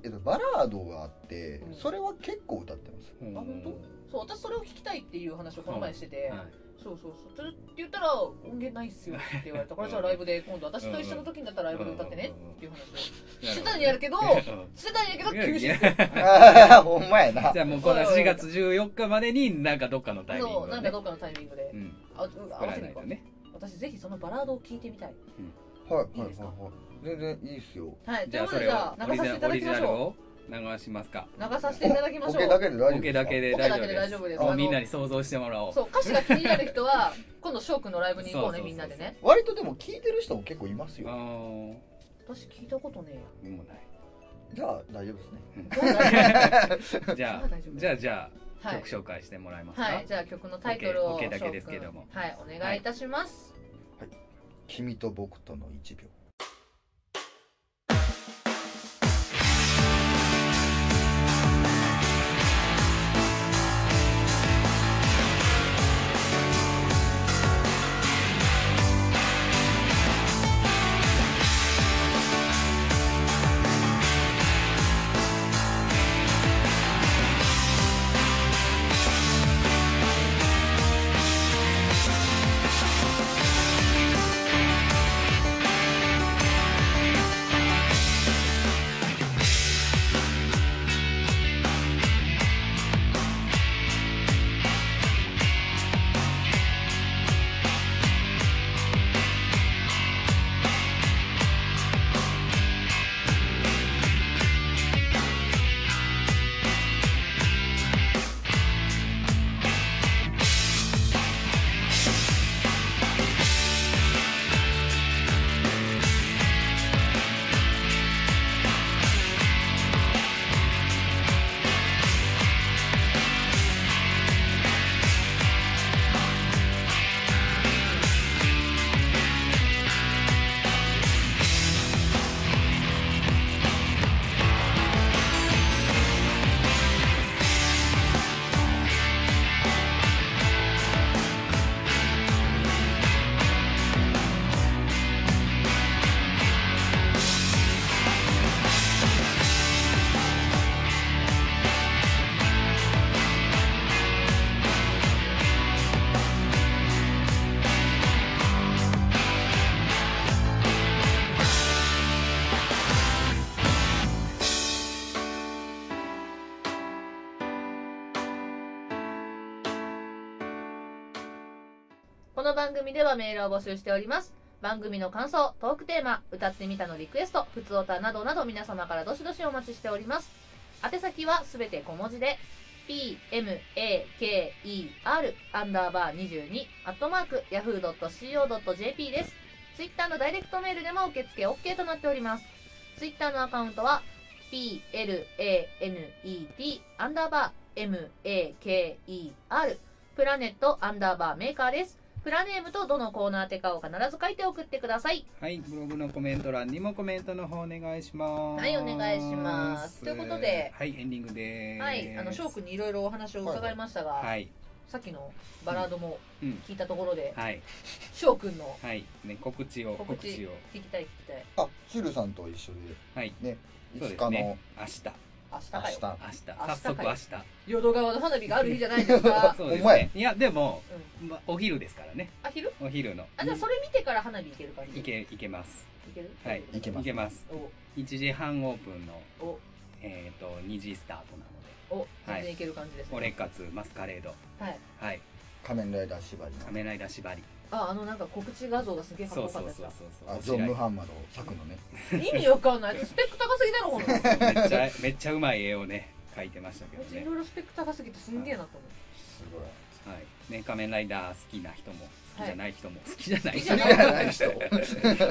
[SPEAKER 3] えっと、バラードがあって
[SPEAKER 1] うん
[SPEAKER 3] それは結構歌っ てます
[SPEAKER 2] うん
[SPEAKER 1] あ本そう私それを聞きたいっていう話をこの前してて、
[SPEAKER 2] はい
[SPEAKER 1] そうそうそうそれって言ったら音源ないっすよって言われたからじゃあライブで今度私と一緒の時になったらライブで歌ってねっていう話をしてたんやるけどしてたんやけど休止する
[SPEAKER 3] ああほんまやな
[SPEAKER 2] じゃあもうこの4月14日までになんかどっかのタイミン
[SPEAKER 1] そ
[SPEAKER 2] グ
[SPEAKER 1] う
[SPEAKER 2] で
[SPEAKER 1] なんかどっかのタイミングで
[SPEAKER 2] うん
[SPEAKER 1] あうん合
[SPEAKER 2] 作
[SPEAKER 1] わ
[SPEAKER 2] ら
[SPEAKER 1] せ
[SPEAKER 2] な
[SPEAKER 1] る
[SPEAKER 2] い
[SPEAKER 1] か
[SPEAKER 2] とね
[SPEAKER 1] 私ぜひそのバラードを聞いてみたい
[SPEAKER 3] はいはい
[SPEAKER 1] いい
[SPEAKER 3] はい
[SPEAKER 1] ですか
[SPEAKER 3] はい全然いいっすよ
[SPEAKER 1] はいと
[SPEAKER 2] じ
[SPEAKER 1] い
[SPEAKER 2] ゃ
[SPEAKER 1] う
[SPEAKER 2] あ
[SPEAKER 1] ことで
[SPEAKER 2] そ
[SPEAKER 1] じ
[SPEAKER 2] れ
[SPEAKER 1] ゃ
[SPEAKER 2] を
[SPEAKER 1] あ
[SPEAKER 2] オ
[SPEAKER 1] 流
[SPEAKER 2] リジ
[SPEAKER 1] させていただき
[SPEAKER 2] ナルオリジ
[SPEAKER 1] まし
[SPEAKER 2] ナル
[SPEAKER 1] ょ
[SPEAKER 2] を流しますか
[SPEAKER 1] う流させていただきま
[SPEAKER 3] オ
[SPEAKER 1] しょ
[SPEAKER 3] ケだ
[SPEAKER 1] う
[SPEAKER 3] けで大
[SPEAKER 2] オ
[SPEAKER 3] 丈夫
[SPEAKER 2] ケ
[SPEAKER 3] です
[SPEAKER 2] だけで
[SPEAKER 1] オケ
[SPEAKER 2] 大
[SPEAKER 1] だ
[SPEAKER 2] 丈
[SPEAKER 1] け
[SPEAKER 2] 夫
[SPEAKER 1] で大丈夫で
[SPEAKER 2] です
[SPEAKER 1] すあ
[SPEAKER 2] もう
[SPEAKER 1] の
[SPEAKER 2] みんなに想像してもらおう
[SPEAKER 1] そう歌詞が気になる人は今度翔くんのライブに行こうね
[SPEAKER 2] そうそうそうそう
[SPEAKER 1] みんなでね
[SPEAKER 3] 割とでも聞いてる人も結構います
[SPEAKER 2] あ
[SPEAKER 3] よ
[SPEAKER 2] ー
[SPEAKER 1] 私聞いたことね
[SPEAKER 2] でもない
[SPEAKER 3] じゃあ大丈夫ですね
[SPEAKER 1] えや
[SPEAKER 2] じ
[SPEAKER 1] そ
[SPEAKER 2] ゃ
[SPEAKER 1] れ
[SPEAKER 2] あ
[SPEAKER 1] は大丈夫
[SPEAKER 2] じゃあじゃあ
[SPEAKER 1] はい
[SPEAKER 2] 曲紹介してもらえますか
[SPEAKER 1] はいじゃあ曲のタイトルを
[SPEAKER 2] オケオケだ
[SPEAKER 1] 翔
[SPEAKER 2] け
[SPEAKER 1] くん
[SPEAKER 2] ですけども
[SPEAKER 1] はいお願いいたします
[SPEAKER 3] 君と僕との1秒
[SPEAKER 4] 「君と僕との1秒」
[SPEAKER 1] この番組ではメールを募集しております番組の感想トークテーマ歌ってみたのリクエストふつおたなどなど皆様からどしどしお待ちしております宛先はすべて小文字で pmaker アンダーバー22アットマーク yahoo.co.jp ですツイッターのダイレクトメールでも受付 OK となっておりますツイッターのアカウントは planet アンダーバー maker プラネットアンダーバーメーカーですプラネームとどのコーナーてかを必ず書いて送ってください
[SPEAKER 2] はい、ブログのコメント欄にもコメントの方お願いします。
[SPEAKER 1] はいお願いしますということで
[SPEAKER 2] はい、エンディングです。
[SPEAKER 1] はいあの翔くんにいろいろお話を伺いましたが、
[SPEAKER 2] はい、
[SPEAKER 1] さっきのバラードも
[SPEAKER 2] うん、
[SPEAKER 1] 聞いたところで
[SPEAKER 2] はい、
[SPEAKER 1] 翔くんの
[SPEAKER 2] はい、ね、告知を、
[SPEAKER 1] 告
[SPEAKER 2] 告
[SPEAKER 1] 知
[SPEAKER 2] 知を、
[SPEAKER 1] 聞きたい聞きたい
[SPEAKER 3] あシュルさんと一緒
[SPEAKER 2] はい、
[SPEAKER 3] で
[SPEAKER 2] そう
[SPEAKER 3] 5
[SPEAKER 2] で
[SPEAKER 3] 日の、
[SPEAKER 2] すね。明日、
[SPEAKER 1] 明日
[SPEAKER 3] 明
[SPEAKER 1] かよ
[SPEAKER 2] 明
[SPEAKER 3] 日
[SPEAKER 2] 日、
[SPEAKER 1] 明
[SPEAKER 2] 早
[SPEAKER 1] 日
[SPEAKER 2] 速
[SPEAKER 1] か
[SPEAKER 2] 明
[SPEAKER 1] よ
[SPEAKER 2] 日。
[SPEAKER 1] 淀川の花火がある日じゃないですか
[SPEAKER 2] そうです
[SPEAKER 3] お前
[SPEAKER 2] ね。いや、でも、
[SPEAKER 1] うん
[SPEAKER 2] ま、お昼ですからね、
[SPEAKER 1] あ昼
[SPEAKER 2] お昼の。
[SPEAKER 1] あじゃあそれ見てから花火行ける感じ
[SPEAKER 2] いけ、いけます。
[SPEAKER 1] いける
[SPEAKER 2] はい
[SPEAKER 3] いけます
[SPEAKER 2] いけます。
[SPEAKER 1] お
[SPEAKER 2] 1時半オープンの、
[SPEAKER 1] お
[SPEAKER 2] えっ、と、2時スタートなので、
[SPEAKER 1] お全然いける感じですね、
[SPEAKER 2] オレカツ、マスカレード、
[SPEAKER 1] はい
[SPEAKER 2] はい、
[SPEAKER 3] 仮面ライダー縛り
[SPEAKER 2] 仮面ライダー縛り。
[SPEAKER 1] ああのなんか告知画像がすげえかっこ
[SPEAKER 2] そう
[SPEAKER 1] よか
[SPEAKER 2] そ
[SPEAKER 1] っ
[SPEAKER 2] う
[SPEAKER 1] た
[SPEAKER 2] そ
[SPEAKER 1] や
[SPEAKER 2] う
[SPEAKER 1] つ
[SPEAKER 2] そう
[SPEAKER 1] だ
[SPEAKER 2] そう。
[SPEAKER 3] のあジョン・ムハンマド作のね
[SPEAKER 1] 意味わかんないあいつスペック高すぎだろほんと
[SPEAKER 2] めっちゃめっちゃうまい絵をね描いてましたけど
[SPEAKER 1] い
[SPEAKER 2] ね
[SPEAKER 1] ろいろスペック高すぎてすんげえなと思う
[SPEAKER 3] すごい
[SPEAKER 2] はい、ね仮面ライダー好きな人も好きじゃない人も、好きじゃない
[SPEAKER 1] 好きじゃ
[SPEAKER 2] 人
[SPEAKER 1] ない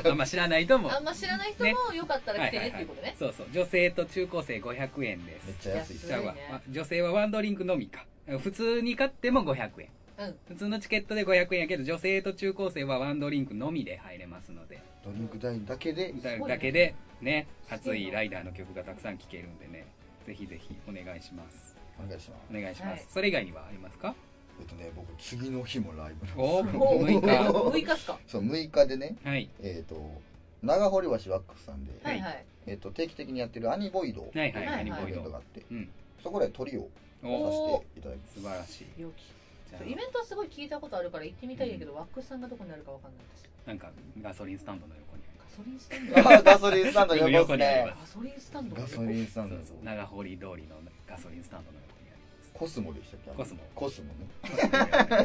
[SPEAKER 2] あんま知らない人も
[SPEAKER 1] あんま知らない人もよかったら来てねっていうことね
[SPEAKER 2] そうそう女性と中高生500円で
[SPEAKER 3] めっ
[SPEAKER 2] す
[SPEAKER 3] ちゃ安い
[SPEAKER 1] 安
[SPEAKER 2] ちゃうわ
[SPEAKER 1] 安いね
[SPEAKER 2] あ女性はワンドリンクのみか普通に買っても500円
[SPEAKER 1] うん
[SPEAKER 2] 普通のチケットで500円やけど女性と中高生はワンドリンクのみで入れますので
[SPEAKER 3] ドリンク代だけで
[SPEAKER 2] だ
[SPEAKER 1] ごいね
[SPEAKER 2] だけでね熱いライダーの曲がたくさん聴けるんでねぜひぜひお願いします
[SPEAKER 3] お願いします
[SPEAKER 2] お願いします、
[SPEAKER 1] はい
[SPEAKER 2] それ以外にはありますか
[SPEAKER 3] えっとね僕次の日もライブなんです
[SPEAKER 2] お
[SPEAKER 1] お
[SPEAKER 2] 6日
[SPEAKER 1] 6日っすか
[SPEAKER 3] そう6日でね
[SPEAKER 2] はい
[SPEAKER 3] えっ、と長堀橋ワックスさんで、
[SPEAKER 1] はいはい
[SPEAKER 3] えっと定期的にやってるアニボイド
[SPEAKER 2] はいはい
[SPEAKER 1] はい
[SPEAKER 2] アニボ
[SPEAKER 3] イ
[SPEAKER 2] イ
[SPEAKER 3] ベント
[SPEAKER 2] ド
[SPEAKER 3] があって
[SPEAKER 2] うん
[SPEAKER 3] そこでトリを
[SPEAKER 2] お
[SPEAKER 1] お
[SPEAKER 3] させていただいて
[SPEAKER 2] 素晴らしい
[SPEAKER 1] 陽気
[SPEAKER 2] じゃ
[SPEAKER 1] イベントはすごい聞いたことあるから行ってみたいんだけど、ワックスさんがどこにあるかわかんないです
[SPEAKER 2] あなんかガソリンスタンドの横に
[SPEAKER 1] ガソリンスタンド
[SPEAKER 3] あガソリンスタンド横です
[SPEAKER 2] 横にあり
[SPEAKER 3] ね
[SPEAKER 2] ま
[SPEAKER 1] ガソリンスタンド
[SPEAKER 3] ガソリンスタンド
[SPEAKER 2] そうそう長堀通りのガソリンスタンドの横にあります
[SPEAKER 3] コスモでしたっけ
[SPEAKER 2] コスモ
[SPEAKER 3] コスモ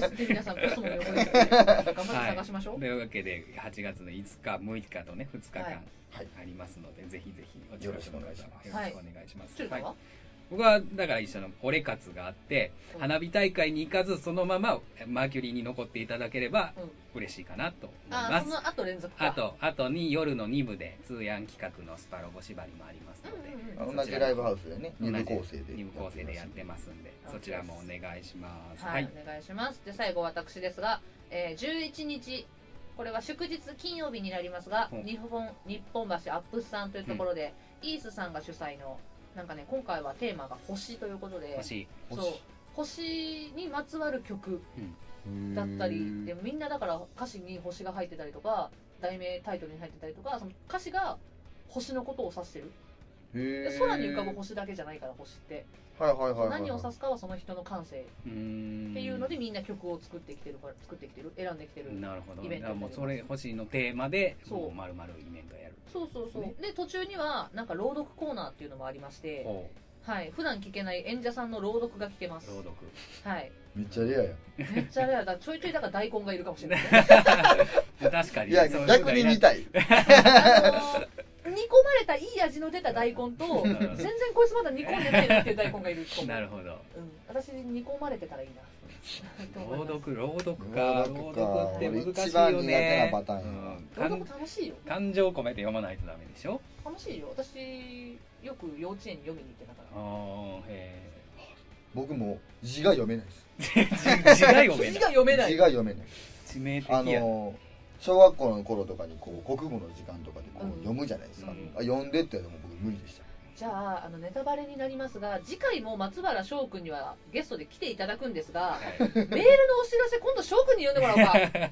[SPEAKER 3] ね
[SPEAKER 1] ぜひ皆さんコスモの横ですからね頑張って探しましょう、
[SPEAKER 2] というわけで8月の5日6日とね2日間
[SPEAKER 1] はい
[SPEAKER 3] はい
[SPEAKER 2] ありますので、ぜひぜひお近くの方はよろしくお
[SPEAKER 1] は
[SPEAKER 2] 願
[SPEAKER 1] い
[SPEAKER 2] いします、
[SPEAKER 1] 鶴田は、
[SPEAKER 2] はい僕はだから一緒のオレ活があって
[SPEAKER 1] うん
[SPEAKER 2] 花火大会に行かずそのままマーキュリーに残っていただければ
[SPEAKER 1] うん
[SPEAKER 2] 嬉しいかなと思い
[SPEAKER 1] あ
[SPEAKER 2] ま
[SPEAKER 1] そ
[SPEAKER 2] す、
[SPEAKER 1] の後連続か
[SPEAKER 2] あとあとに夜の2部で通案企画のスパロボ縛りもありますので、
[SPEAKER 1] うんうんうん
[SPEAKER 3] あ同じライブハウスでね
[SPEAKER 2] 同
[SPEAKER 3] 二
[SPEAKER 2] じ
[SPEAKER 3] 部構成で
[SPEAKER 2] 二部構成でやってますんで
[SPEAKER 1] うん
[SPEAKER 2] そちらもお願いします
[SPEAKER 1] はい、お願いしますで最後私ですが、えー、11日これは祝日金曜日になりますが、
[SPEAKER 2] うん
[SPEAKER 1] 日本日本橋アップスさんというところで、イースさんが主催のなんかね今回はテーマが星ということで
[SPEAKER 2] 欲しい
[SPEAKER 1] そう星にまつわる曲だったりでみんなだから歌詞に星が入ってたりとか題名タイトルに入ってたりとかその歌詞が星のことを指してるで空に浮かぶ星だけじゃないから星って
[SPEAKER 3] はいはいはいはい
[SPEAKER 1] 何を指すかはその人の感性
[SPEAKER 2] うーん
[SPEAKER 1] っていうのでみんな曲を作ってきてるから作ってきてる選んできてる
[SPEAKER 2] なるほど
[SPEAKER 1] イベント
[SPEAKER 2] だからもうそれ欲しいのテーマで
[SPEAKER 1] そう
[SPEAKER 2] もう丸々イベントやる
[SPEAKER 1] そうそうそう、
[SPEAKER 2] ね
[SPEAKER 1] で途中にはなんか朗読コーナーっていうのもありまして、
[SPEAKER 2] おう
[SPEAKER 1] はい、普段聞けない演者さんの朗読が聞けます
[SPEAKER 2] 朗読
[SPEAKER 1] はい、
[SPEAKER 3] めっちゃレアや
[SPEAKER 1] めっちゃレアだちょいちょいだから大根がいるかもしれない
[SPEAKER 2] 確かに
[SPEAKER 3] いや
[SPEAKER 2] そう
[SPEAKER 3] 逆に見たい
[SPEAKER 1] あのー煮込まれたいい味の出た大根と
[SPEAKER 2] なるほ
[SPEAKER 1] 全然こいつまだ煮込んでないなっていう大根がいると
[SPEAKER 2] ど
[SPEAKER 1] 思う
[SPEAKER 2] なるほど
[SPEAKER 1] うん、私煮込まれてたらいいなと思います
[SPEAKER 2] 朗読朗読
[SPEAKER 3] 朗
[SPEAKER 2] か
[SPEAKER 3] 読か
[SPEAKER 2] 朗読って難しい
[SPEAKER 3] 俺一番
[SPEAKER 2] よ
[SPEAKER 3] 苦手
[SPEAKER 2] ね
[SPEAKER 3] なパターンや
[SPEAKER 2] うん
[SPEAKER 1] 朗読楽しいよ
[SPEAKER 2] 感感情込めて読まないとダメでしょ
[SPEAKER 1] 楽しいよ私よく幼稚園に読みに行ってたか
[SPEAKER 2] あーへ
[SPEAKER 3] 僕も字が読めないです
[SPEAKER 2] え字が読
[SPEAKER 1] ら
[SPEAKER 2] め
[SPEAKER 1] 字
[SPEAKER 2] な
[SPEAKER 1] が
[SPEAKER 2] い
[SPEAKER 1] 読めない
[SPEAKER 3] 字が読めない
[SPEAKER 2] 致命
[SPEAKER 3] あ
[SPEAKER 2] 的や
[SPEAKER 3] の小学校の頃とかにこう国語の時間とかでこう
[SPEAKER 1] うん
[SPEAKER 3] 読むじゃないですか、
[SPEAKER 1] うん
[SPEAKER 3] あ読んでってでも僕無理でした
[SPEAKER 1] じゃああのネタバレになりますが次回も松原翔くんにはゲストで来ていただくんですが
[SPEAKER 2] はい
[SPEAKER 1] メールのお知らせ今度翔くんに読んでもら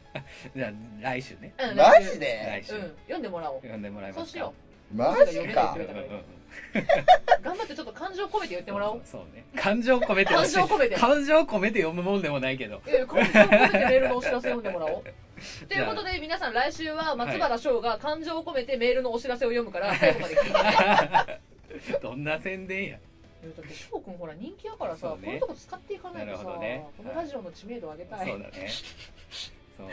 [SPEAKER 2] じゃあ来週ね
[SPEAKER 1] おうか、うん、
[SPEAKER 3] マジ
[SPEAKER 2] 来
[SPEAKER 3] で
[SPEAKER 2] 週
[SPEAKER 1] うん読んでもらおう
[SPEAKER 2] 読んでもらえ
[SPEAKER 1] そ
[SPEAKER 2] ますか
[SPEAKER 1] うしよ
[SPEAKER 3] マジか
[SPEAKER 1] う
[SPEAKER 2] うんうんうん
[SPEAKER 1] う頑張ってちょっと感情込めて言ってもらおう
[SPEAKER 2] そうそうね感情込めてほしい
[SPEAKER 1] 感情込めて
[SPEAKER 2] 感情込めて読むもんでもないけど
[SPEAKER 1] ええ感情込めてメールのお知らせ読んでもらおうということで皆さん来週は松原翔が感情を込めてメールのお知らせを読む から最後まで聞いてね
[SPEAKER 2] どんな宣伝や
[SPEAKER 1] いやだって翔くんほら人気やからさ、
[SPEAKER 2] そうね
[SPEAKER 1] こういうとこ使っていかないとさ、
[SPEAKER 2] なるほどね
[SPEAKER 1] このラジオの知名度上げたい、
[SPEAKER 2] そうだねその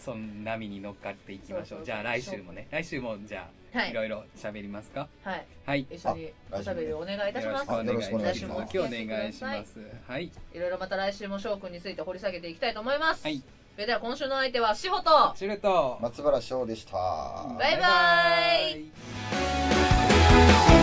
[SPEAKER 2] その波に乗っかっていきましょうじゃあ来週もね来週もじゃあ、、
[SPEAKER 1] はいい
[SPEAKER 2] ろいろ喋りますか
[SPEAKER 1] はい
[SPEAKER 2] はい
[SPEAKER 1] 一緒におしゃべりをお願いいたし
[SPEAKER 2] よろ
[SPEAKER 1] ま
[SPEAKER 2] し
[SPEAKER 1] す
[SPEAKER 2] くお願いします
[SPEAKER 1] 来週もお付き
[SPEAKER 2] お
[SPEAKER 1] 合いしてくださ
[SPEAKER 2] 願いしますはい
[SPEAKER 1] いろいろまた来週も翔くんについて掘り下げていきたいと思います、
[SPEAKER 2] はい
[SPEAKER 1] それでは今週の相手は志保と
[SPEAKER 2] チルト
[SPEAKER 3] 松原翔でした
[SPEAKER 1] バイバイ
[SPEAKER 2] イ